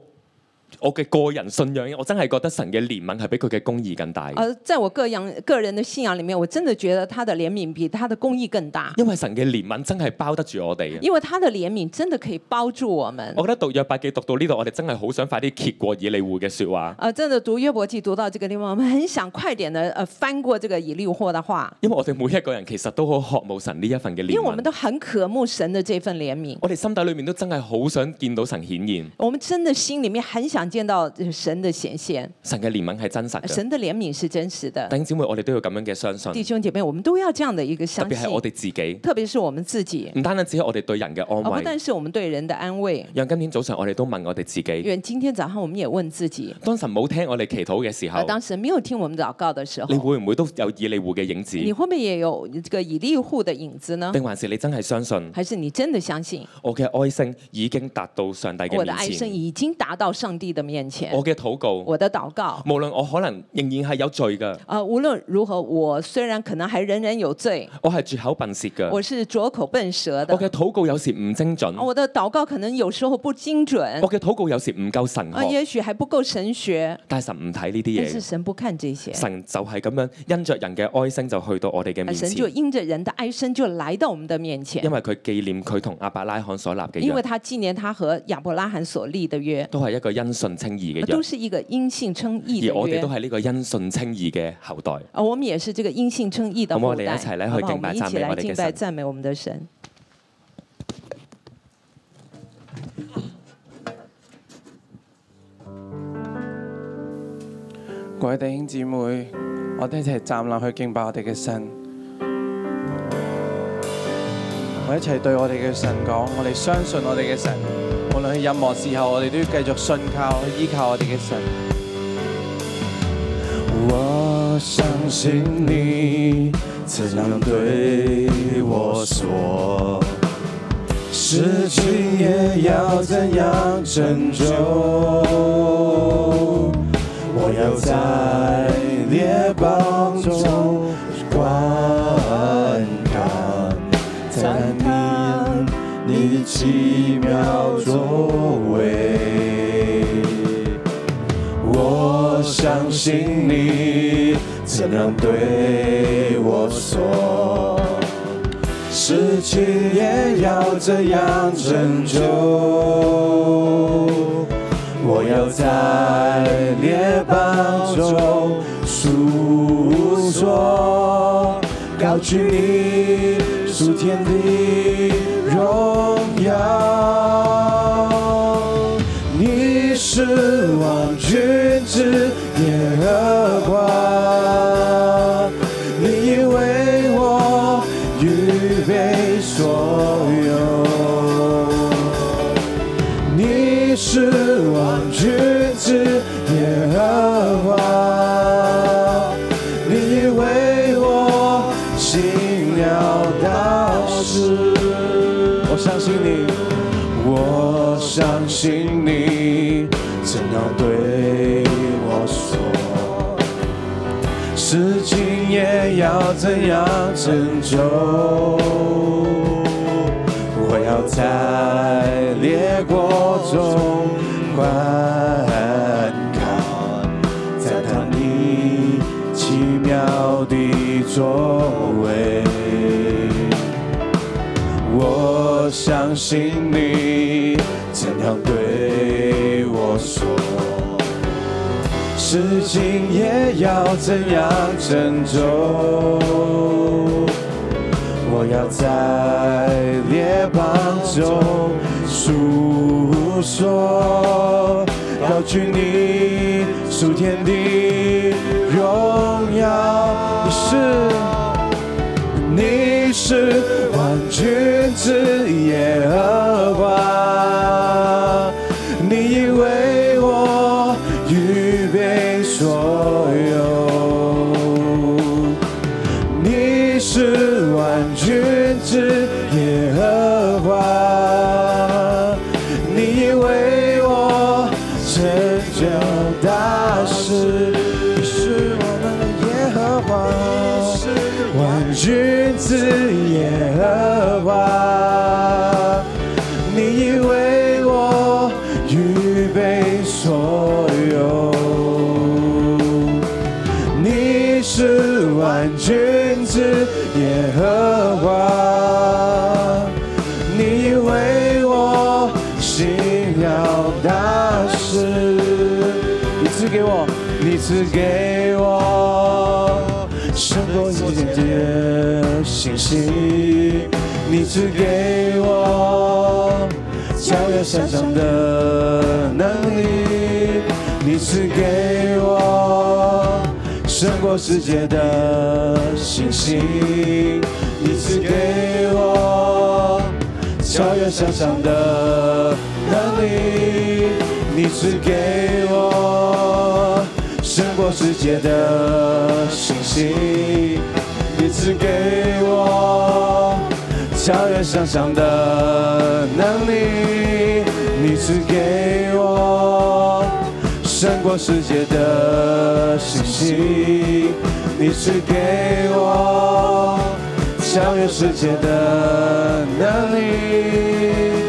我嘅個人信仰，我真係覺得神嘅憐憫係比佢嘅公義更大嘅。
而在我個人個人的信仰裡面，我真的覺得他的憐憫比他的公義更大，
因為神嘅憐憫真係包得住我哋。
因為他的憐憫真的可以包住我們。
我覺得讀約伯記讀到呢度，我哋真係好想快啲揭過以利戶嘅説話，
呃，真的讀約伯記讀到這個地方，我們很想快點的呃翻過這個以利戶的話，
因為我哋每一個人其實都好渴慕神呢一份嘅
因為我
憐
們
憫。
都很渴慕神的這份憐憫，
我哋心底裏面都真係好想見到神顯現，
我們真的心裡面很想见到呃神的显现，
神嘅憐憫係真實嘅。
神的怜悯是真实的
弟。兄姊妹，我哋都要咁樣嘅相信，
弟兄姐妹，我们都要这样的一个
呃特
相
別係我
信，
哋自己，
特别是我们自己，
唔單單只係我哋對人嘅
而不
安慰。
但是我们对人的安慰。
讓今天早上我哋都問我哋自己，
愿今天早上我们也问自己，
當神冇聽我哋祈禱嘅時
而
候，
当神没有听我们的祷告的时
你
候，
會唔會都有以利户嘅影子？
你会不会也有这个以利户的影子呢？
定還是你真係相信
还是你真的相信
我嘅哀聲已經達到上帝
我的哀
嘅
声
面前？
已经达到上帝的面前？
我嘅禱告，
我的祷告，
無論我可能仍然係有罪嘅，
呃，无论如何，我虽然可能还仍然 有罪，
我係絕口笨舌嘅，
我是拙口笨舌的
我，嘅禱告有時唔精
啊
準，
我的禱告可能有时候不精准
我，嘅禱告有時唔夠神
啊，
學，
也许还不够神学，
但係神唔睇呢
但
啲
是
嘢，
神不看这些，
神就係咁樣因着人嘅哀聲就去到我哋嘅
啊
面
神就
前，
因着人的哀声就来到我们的面前
因，為佢紀念佢同亞伯拉罕所立嘅
因为
約，
他纪念他和亚伯拉罕所立的约，
都係一個因信稱義
啊
嘅約
都。是一个因信称义
而
的
我哋
约
都。係呢個因信稱義嘅後代。
啊，我们也是这个因信称义的
好唔好
后
我哋
代，
一齊咧去
好不好？我
敬拜
们一
讚
起
美
来
我哋嘅
敬拜
神
赞美我们的神。
各位弟兄姊妹，我哋一齊站立去敬拜我哋嘅神，我一齊對我哋嘅神講，我哋相信我哋嘅神，無論喺任何時候，我哋都要繼續信靠、依靠我哋嘅神。
我相信你怎样对我说，事情也要怎样拯救。我要在列邦中观看，赞叹你奇妙作为。我相信你怎样对我说，事情也要这样拯救。我要在列邦中诉说，高举你属天的荣耀。你是我君子耶和华，你为我预备所有。你是我君子耶和华，你为我行了大事。我相信你。我相信你怎样对我说，事情也要怎样拯救。我要在列国中观看，赞叹你奇妙的作为。我相信你怎样对我说，事情也要怎样拯救。我要在列邦中诉说，要去你属天的荣耀。你是。你是万军之耶和华，你为我预备所有。你是万军之耶和华，你为我成就大事。你是我们的耶和华，万军之耶和华，你为我预备所有。你是万军之耶和华，你为我行了大事。你赐给我，你赐给我胜过一切的信心，你赐给我超越想象的能力。赐给我胜过世界的信心，你赐给我超越想象的能力，你赐给我胜过世界的信心，你赐给我超越想象的能力，你赐给我胜过世界的信心，你赐给我超越世界的能力。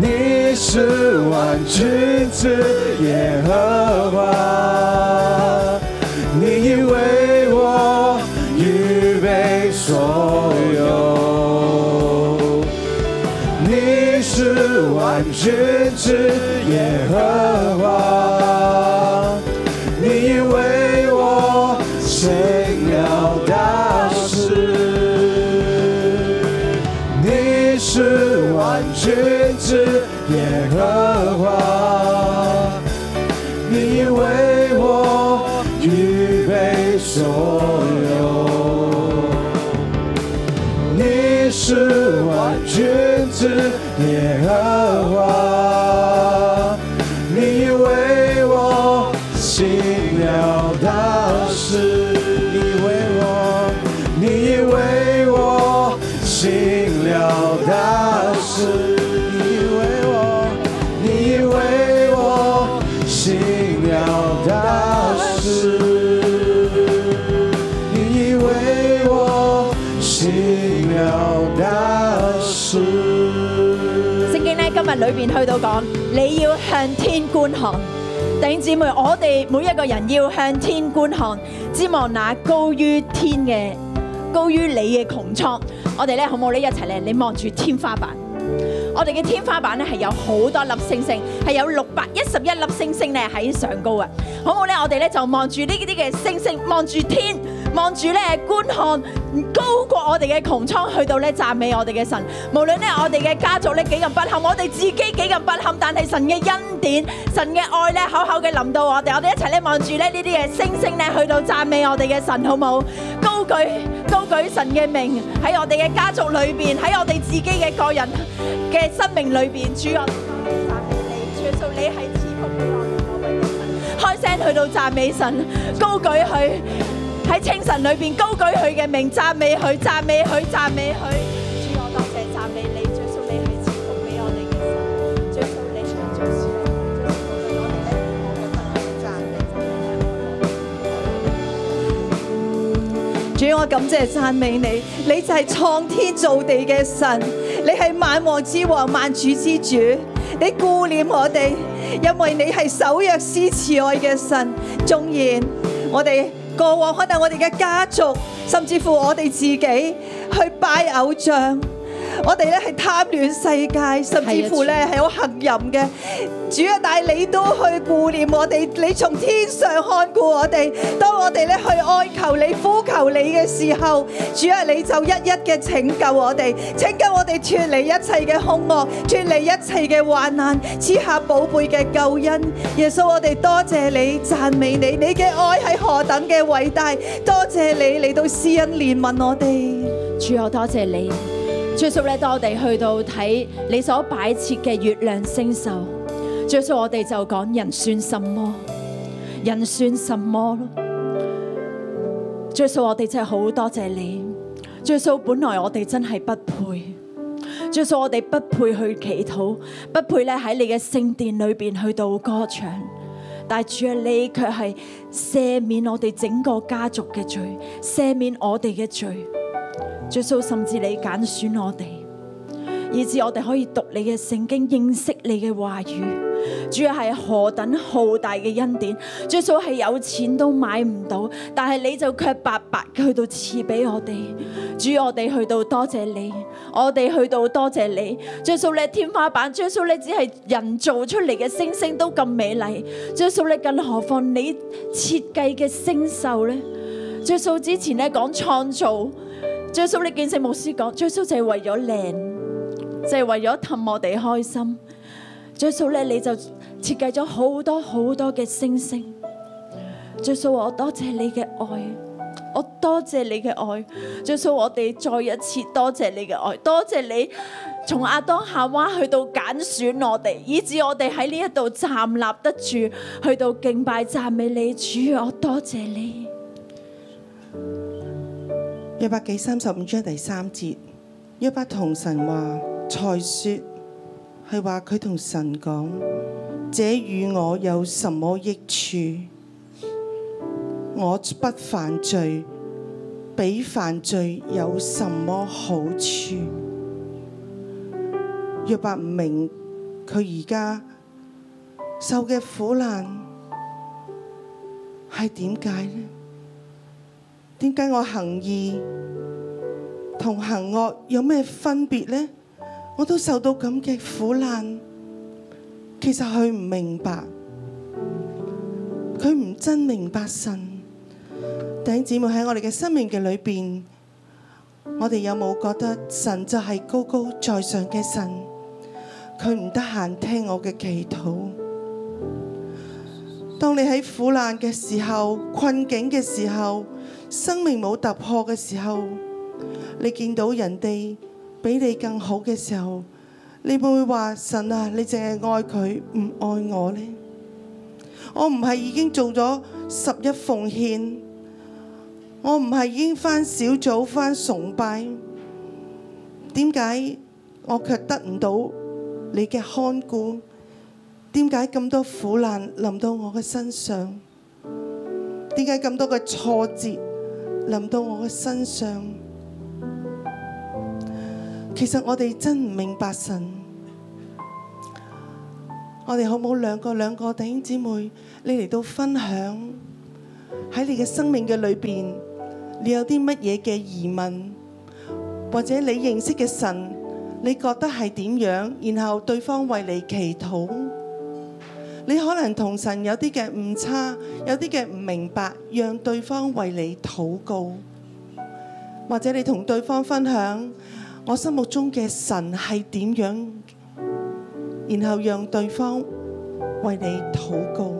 你是万军之耶和华，你已为我预备所有。你是万军之耶和华，你已为我行了大事。你是万军之耶和华，你已为我预备所有。你是万军之耶和华，你已为我行了大事，你为我，你已为我行了大事，你已为我，你已为我行了大事。你以为我行了大事。
聖經咧今日裏边去到講，你要向天觀看。弟兄姊妹，我哋每一個人要向天觀看，指望那高於天嘅、高於你嘅穹蒼。我哋咧好冇呢？一齊咧，你望住天花板。我哋嘅天花板咧係有好多粒星星，係有六百一十一粒星星咧喺上高啊！好冇咧？我哋咧就望住呢啲嘅星星，望住天，望住咧觀看高過我哋嘅穹蒼，去到咧讚美我哋嘅神。無論咧我哋嘅家族咧幾咁不堪，我哋自己幾咁不堪，但係神嘅恩典、神嘅愛咧，厚厚嘅臨到我哋。我哋一齊咧望住咧呢啲嘅星星咧，去到讚美我哋嘅神，好冇？高舉高舉神嘅名喺我哋嘅家族裏邊，喺我哋自己嘅個人嘅生命裏邊，主我哋多謝讚美你，主耶穌你係賜福俾我哋我哋嘅神。開聲去到讚美神，高舉佢喺清晨裏邊高舉佢嘅名，讚美佢，讚美佢，讚美佢。主我多謝讚美你，最數你係賜福俾我哋嘅神，最數你係最少，最數你我哋咧好嘅份量讚美
主，我感謝讚美你，你就係創天造地嘅神，你係萬王之王、萬主之主，你顧念我哋，因為你係守約施慈愛嘅神。縱然我哋過往可能我哋嘅家族，甚至乎我哋自己去拜偶像。我哋咧係貪戀世界，甚至乎咧
啊
係好行淫嘅。主啊，但係你都去顧念我哋，你從天上看顧我哋。當我哋咧去哀求你、呼求你嘅時候，主啊，你就一一嘅拯救我哋，拯救我哋脱離一切嘅兇惡，脱離一切嘅患難，賜下寶貝嘅救恩。耶穌，我哋多謝你，讚美你，你嘅愛係何等嘅偉大，多謝你嚟到施恩憐憫我哋。
主我多謝你，主耶穌咧，當我哋去到睇你所擺設嘅月亮星宿，主耶穌我哋就講人算什麼？人算什麼咯？主耶穌我哋真係好多謝你，主耶穌本來我哋真係不配。主耶穌我哋不配去祈禱，不配咧喺你嘅聖殿裏邊去到歌唱。但係主啊，你卻係赦免我哋整個家族嘅罪，赦免我哋嘅罪。主耶穌甚至你揀選我哋，以致我哋可以讀你嘅聖經，認識你嘅話語。主要係何等浩大嘅恩典，主耶穌係有錢都買唔到，但係你就卻白白去到賜俾我哋。主，我哋去到多謝你，我哋去到多謝你。主耶穌你天花板，主耶穌你只係人造出嚟嘅星星都咁美麗，主耶穌你更何況你設計嘅星宿呢？主耶穌之前咧講創造。最數你見聖牧師講，最數就係為咗靚，就係、為咗氹我哋開心。最數咧你就設計咗好多好多嘅星星。最數我多謝你嘅愛，我多謝你嘅愛。最數我哋再一次多謝你嘅愛，多謝你從亞當夏娃去到揀選我哋，以至我哋喺呢一度站立得住，去到敬拜讚美你主，我多謝你。
約伯記三十五章第三節，約伯同神話，才說係話佢同神講，這與我有什麼益處？我不犯罪，比犯罪有什麼好處？約伯唔明佢而家受嘅苦難係點解呢？點解我行義同行惡有咩分別呢？我都受到咁嘅苦難，其實佢唔明白，佢唔真明白神。弟兄姊妹喺我哋嘅生命嘅裏邊，我哋有冇覺得神就係高高在上嘅神？佢唔得閒聽我嘅祈禱。當你喺苦難嘅時候、困境嘅時候、生命冇突破嘅時候，你見到人哋比你更好嘅時候，你會唔會話神啊，你淨係愛佢唔愛我呢？我唔係已經做咗十一奉獻，我唔係已經返小組返崇拜，點解我卻得唔到你嘅看顧？點解咁多苦難臨到我嘅身上？點解咁多嘅挫折臨到我嘅身上？其實我哋真唔明白神。我哋好冇兩個兩個弟兄姊妹，你嚟到分享喺你嘅生命嘅裏邊，你有啲乜嘢嘅疑問，或者你認識嘅神，你覺得係點樣？然後對方為你祈禱。你可能同神有啲嘅誤差，有啲嘅唔明白，讓對方為你禱告，或者你同對方分享我心目中嘅神係點樣，然後讓對方為你禱告。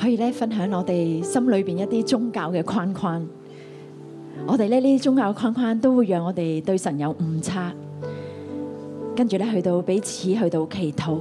可以咧分享我哋心裏邊一啲宗教嘅框框。我哋咧呢啲宗教框框都會讓我哋對神有誤差，跟住咧去到彼此去到祈禱。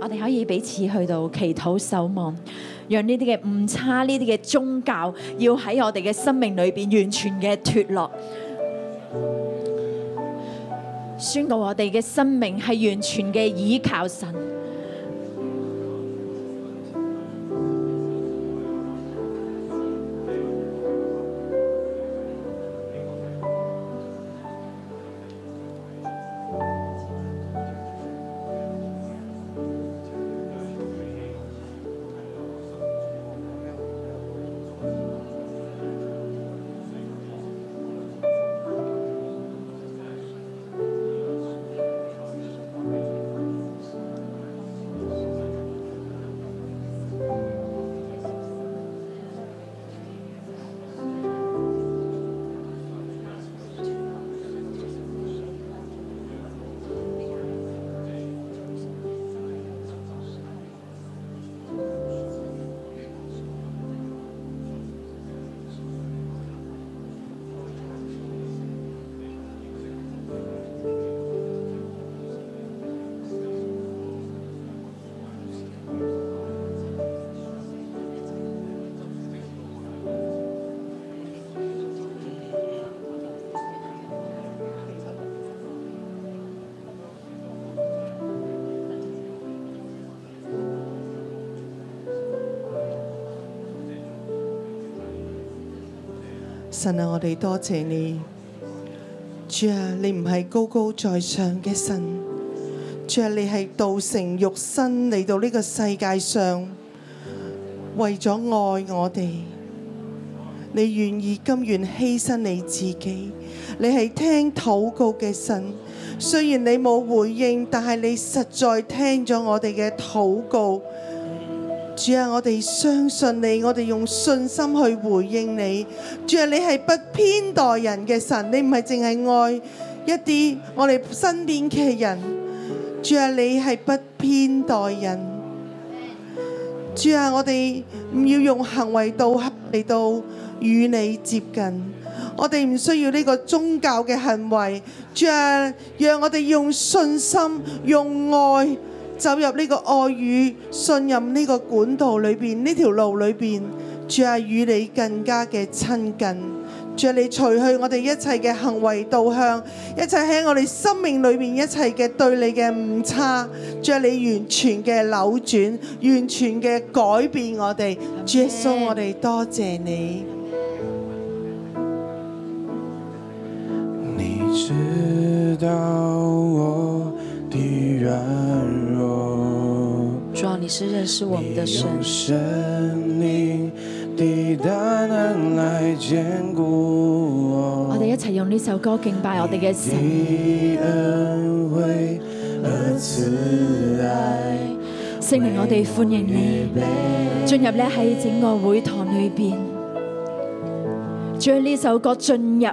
我哋可以彼此去到祈禱守望，讓呢啲嘅誤差、呢啲嘅宗教，要喺我哋嘅生命裏邊完全嘅脱落。宣告我哋嘅生命係完全嘅倚靠神。
神啊，我哋多謝你，主啊，你唔係高高在上嘅神，主啊，你係道成肉身嚟到呢個世界上，為咗愛我哋，你願意甘願犧牲你自己，你係聽禱告嘅神。雖然你冇回應，但係你實在聽咗我哋嘅禱告。主啊，我哋相信你，我哋用信心去回應你。主啊，你係不偏待人嘅神，你唔係淨係愛一啲我哋身邊嘅人。主啊，你係不偏待人。主啊，我哋唔要用行為導向嚟到與你接近。我哋唔需要呢個宗教嘅行為，主啊，讓我哋用信心、用愛走入呢個愛與信任呢個管道裏邊，呢條路裏邊，主啊，與你更加嘅親近。主啊，你除去我哋一切嘅行為導向，一切喺我哋生命裏邊一切嘅對你嘅誤差，主啊，你完全嘅扭轉，完全嘅改變我哋。主耶穌，我哋多謝你。
你知道我的软弱，
主啊，你是认识我们的神，
用神灵的大能来坚固
我
我
哋，一齊用呢首歌敬拜我哋嘅神。
你恩惠和慈爱，
聖靈，我哋歡迎你進入咧喺整個會堂裏邊，將呢首歌進入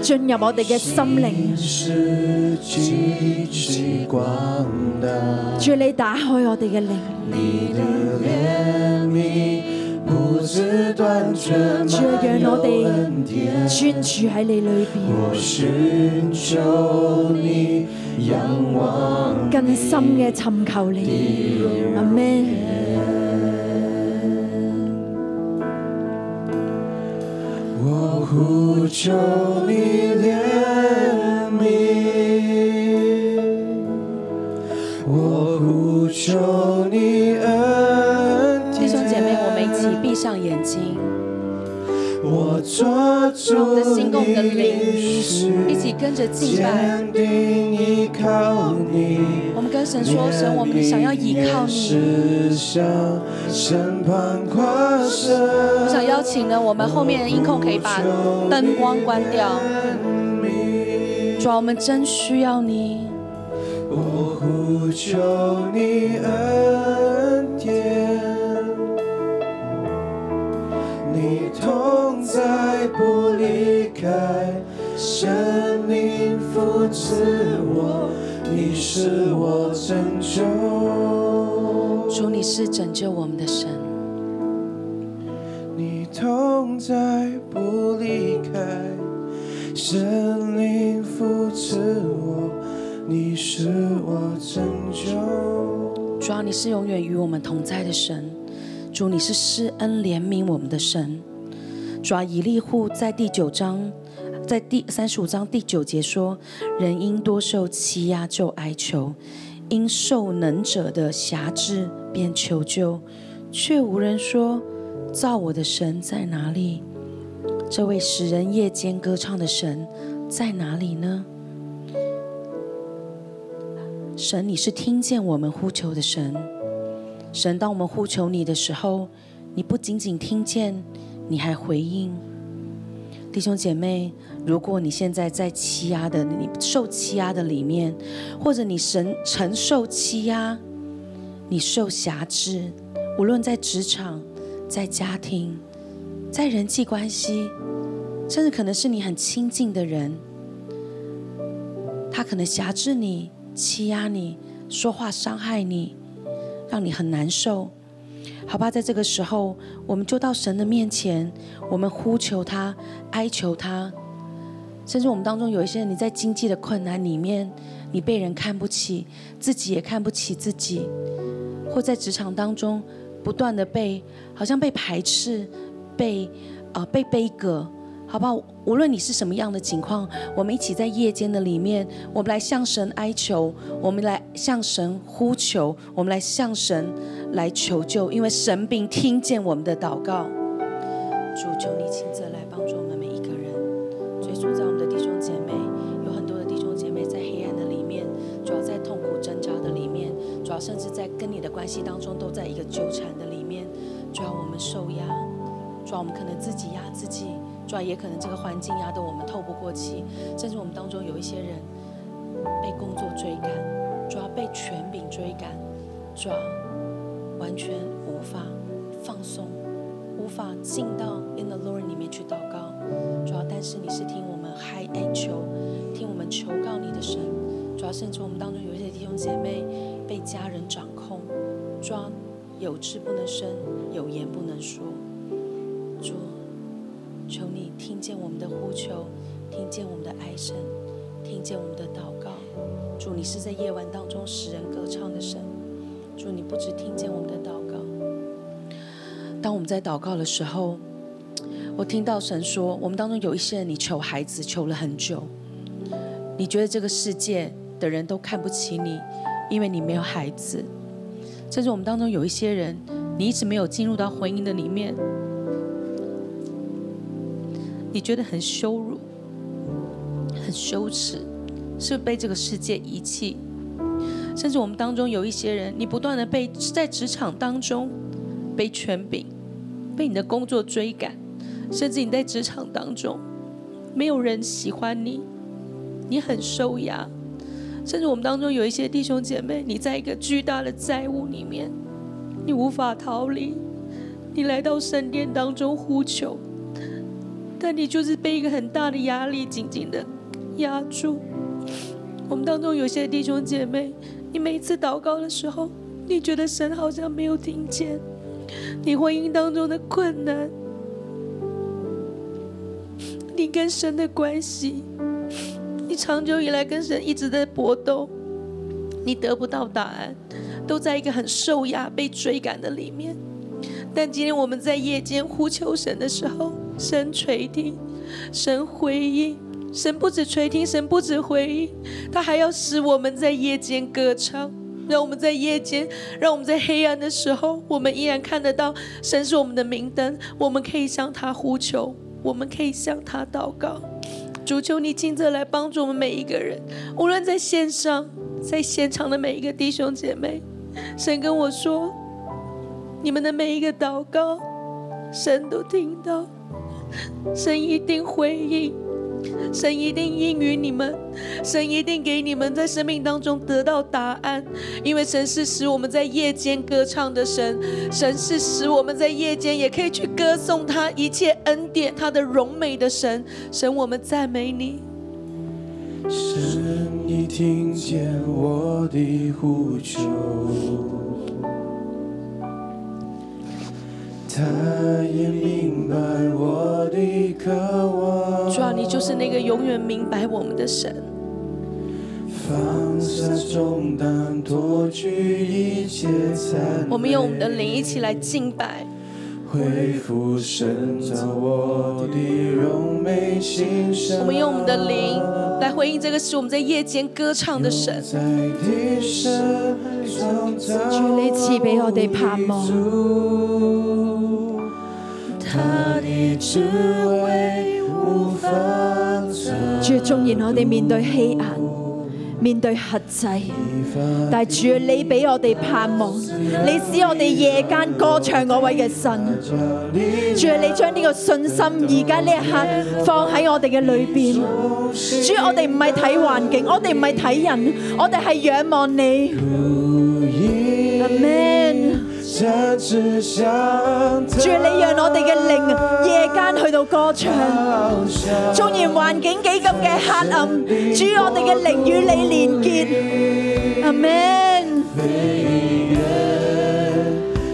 進入我哋嘅心靈。
是极其广大，
主你打開我哋嘅靈，
你的怜悯不自断绝，
主啊
满
讓我
有
哋
恩典。
專注喺你裏邊，
我寻求你，仰望
更深嘅尋求你。阿門。
我呼求你怜悯，我呼求你恩典。
弟兄姐妹，我们一起闭上眼睛，
我抓
让我
住
们的心跟我们的
你
灵一
是
起跟着敬拜。
坚定依靠你。
我们跟神说，神，我们想要依靠你。我想邀请呢，我们后面的音控可以把灯光关掉。主啊，我们真需要你，
我呼求你恩典，你同在不离开，生命扶持我，你是我拯救。
主，你是拯救我们的神，
你同在不离开，神灵扶持我，你是我拯救。
主啊，你是永远与我们同在的神，主，你是施恩怜悯我们的神。主啊，以利户在第九章，在第三十五章第九节说：“人因多受欺压就哀求，因受能者的辖制便求救，却无人说造我的神在哪里？这位使人夜间歌唱的神在哪里呢？”神，你是听见我们呼求的神。神，当我们呼求你的时候，你不仅仅听见，你还回应。弟兄姐妹，如果你现在在欺压的、你受欺压的里面，或者你神承受欺压，你受辖制，无论在职场、在家庭、在人际关系，甚至可能是你很亲近的人，他可能辖制你、欺压你、说话伤害你，让你很难受。好吧，在这个时候，我们就到神的面前，我们呼求他、哀求他。甚至我们当中有一些人，你在经济的困难里面，你被人看不起，自己也看不起自己，或在职场当中不断的被好像被排斥、被呃被悲歌，好不好？无论你是什么样的情况，我们一起在夜间的里面，我们来向神哀求，我们来向神呼求，我们来向神来求救，因为神并听见我们的祷告。主，求你亲自来帮助我们每一个人。最初在我们的弟兄姐妹，有很多的弟兄姐妹在黑暗的里面，主要在痛苦挣扎的里面，主要甚至在跟你的关系当中都在一个纠缠的里面，主要我们受压，主要我们可能自己压自己，主要也可能这个环境压得我们透不过气，甚至我们当中有一些人被工作追赶，主要被权柄追赶，主要完全无法放松，无法进到 in the Lord 里面去祷告。主要，但是你是听我们嗨哀求，听我们求告你的神。主要，甚至我们当中有一些弟兄姐妹被家人掌控，主要有志不能伸，有言不能说。主，求你听见我们的呼求，听见我们的哀声，听见我们的祷告。主，你是在夜晚当中使人歌唱的神。主，你不只听见我们的祷告，当我们在祷告的时候，我听到神说，我们当中有一些人，你求孩子求了很久，你觉得这个世界的人都看不起你，因为你没有孩子。甚至我们当中有一些人，你一直没有进入到婚姻的里面，你觉得很羞辱、很羞耻，是被这个世界遗弃。甚至我们当中有一些人，你不断的被在职场当中被权柄、被你的工作追赶，甚至你在职场当中没有人喜欢你，你很受压。甚至我们当中有一些弟兄姐妹，你在一个巨大的债务里面，你无法逃离，你来到圣殿当中呼求，但你就是被一个很大的压力紧紧的压住。我们当中有些弟兄姐妹，你每一次祷告的时候，你觉得神好像没有听见，你婚姻当中的困难，你跟神的关系，你长久以来跟神一直在搏斗，你得不到答案，都在一个很受压、被追赶的里面。但今天我们在夜间呼求神的时候，神垂听，神回应，神不止垂听，神不止回应，他还要使我们在夜间歌唱。让我们在夜间，让我们在黑暗的时候，我们依然看得到神是我们的明灯，我们可以向他呼求，我们可以向他祷告。主求你亲自来帮助我们每一个人，无论在线上，在现场的每一个弟兄姐妹，神跟我说，你们的每一个祷告，神都听到，神一定回应，
神一定应允你们，神一定给你们在生命当中得到答案，因为神是使我们在夜间歌唱的神，神是使我们在夜间也可以去歌颂他一切恩典、他的荣美的神。神，我们赞美你。
神，你听见我的呼求，他也明白我的渴望。
主啊，你就是那个永远明白我们的神。
放下重担，脱去一切残忍
我们用我们的灵一起来敬拜。
恢复神造我的柔美欣赏。
我们用我们的灵来回应这个是我们在夜间歌唱的神。
主你赐俾我哋盼望。
他的智慧无法测
主，纵然我哋面對欺壓，面對核制，但主你俾我哋盼望，你使我哋夜間歌唱嗰位嘅神，主你將呢個信心而家呢一刻放喺我哋嘅裏边，主我哋唔係睇環境，我哋唔係睇人，我哋係仰望你。Amen。主你讓我哋嘅靈夜間去到歌唱，縱然環境幾咁嘅黑暗，主我哋嘅靈與你連結。Amen。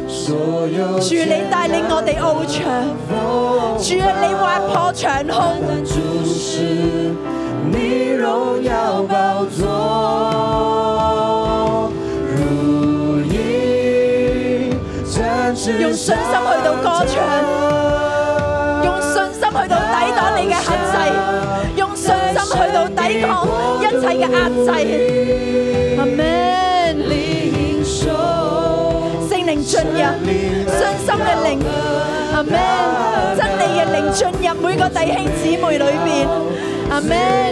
所有
主你帶領我哋翱翔，主啊你劃破長空，
注视，你荣耀宝座，如影展翅
用信心去到歌唱，用信心去到抵擋你嘅限制，用信心去到抵抗一切嘅壓制。Amen。聖靈進入，信心嘅靈，Amen。真理嘅靈進入每個弟兄姊妹裏邊，Amen。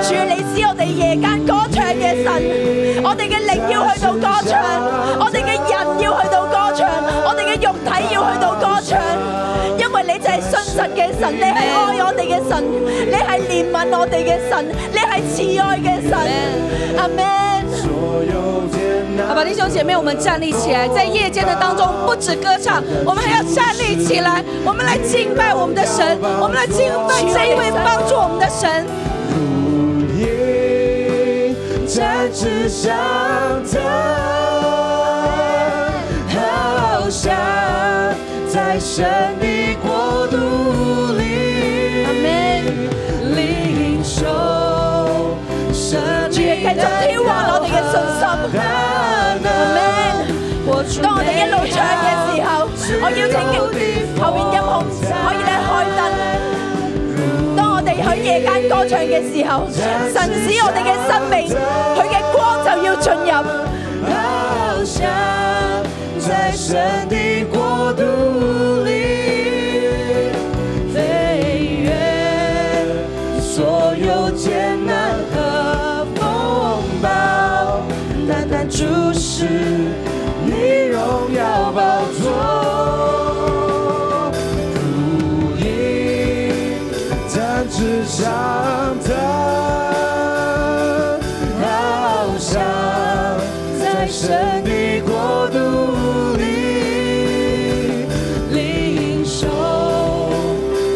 主你知我哋夜間歌唱嘅神，我哋嘅靈要去到歌唱，我哋嘅人要去到歌唱，我哋嘅肉體要去到歌唱，因為你就係信實嘅神，你係愛我哋嘅神，你係憐憫我哋嘅神，你係慈愛嘅神，阿 Man。
好吧，弟兄姐妹，我们站立起来，在夜间的当中，不止歌唱，我们还要站立起来，我们来敬拜我们的神，我们来敬拜这一位帮助我们的神。
展翅上腾，翱翔在神的国度里。领受神
主啊，繼續挑旺我哋嘅信心。Amen。當我哋一路唱嘅時候，我邀請敬後面音控可以咧開燈。當我哋喺夜間歌唱嘅時候，神使我哋嘅生命，佢嘅光就要進入。
翱翔在神的国度里，飞越所有艰难和风暴，单单注视你荣耀宝座，如鹰展翅上腾，翱翔在神的国度里，领受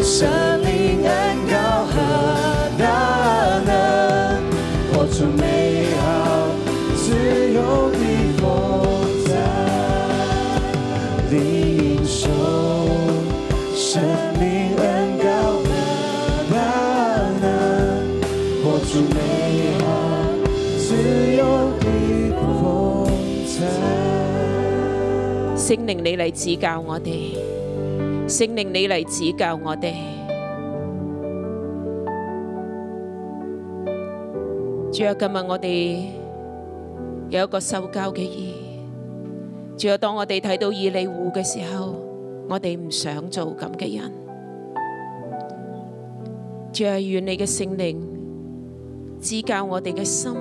神灵恩膏和大能，活出美好自由的风采，领受神灵恩膏啊和大能，活出美好。自由的风采。
圣灵你嚟指教我哋，圣灵你嚟指教我哋。主啊，今日我哋有一个受教嘅意。主啊，当我哋睇到以利户嘅时候，我哋唔想做咁嘅人。主啊，愿你嘅圣灵指教我哋嘅心，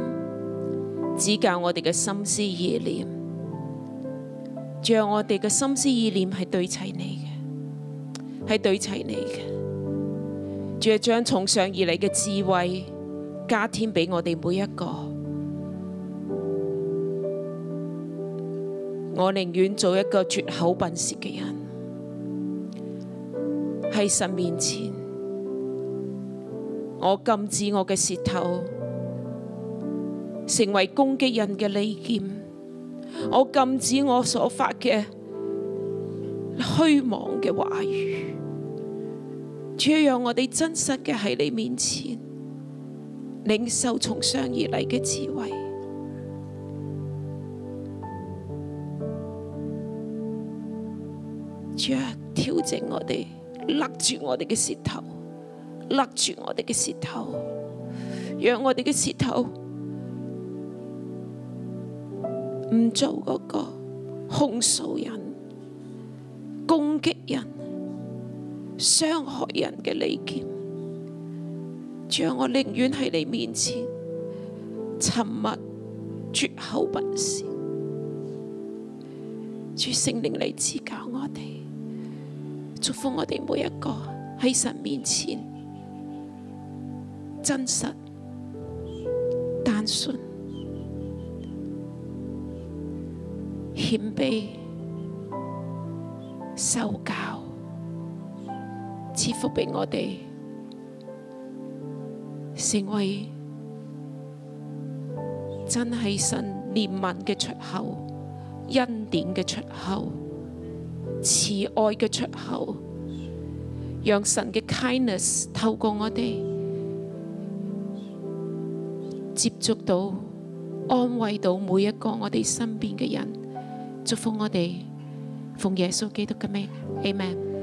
指教我哋嘅心思意念。主啊，我哋嘅心思意念係對齊你嘅，係對齊你嘅。主啊，將從上而嚟嘅智慧加添俾我哋每一個。我寧願做一個絕口笨舌嘅人，喺神面前，我禁止我嘅舌頭成為攻擊人嘅利劍，我禁止我所發嘅虛妄嘅話語。主啊，讓我哋真實嘅喺你面前領受從上而嚟嘅智慧。主啊，調整我哋，勒住我哋嘅舌頭，勒住我哋嘅舌頭，讓我哋嘅舌頭唔做嗰個控訴人、攻擊人、傷害人嘅利劍。主啊，我寧願喺你面前沉默、絕口不舌。主聖靈嚟指教我哋，祝福我哋每一個喺神面前真實、單純、謙卑、受教，賜福俾我哋，成為真係神憐憫嘅出口。恩典嘅出口，慈愛嘅出口，讓神嘅 kindness 透過我哋接觸到、安慰到每一個我哋身邊嘅人，祝福我哋，奉耶穌基督嘅名，Amen。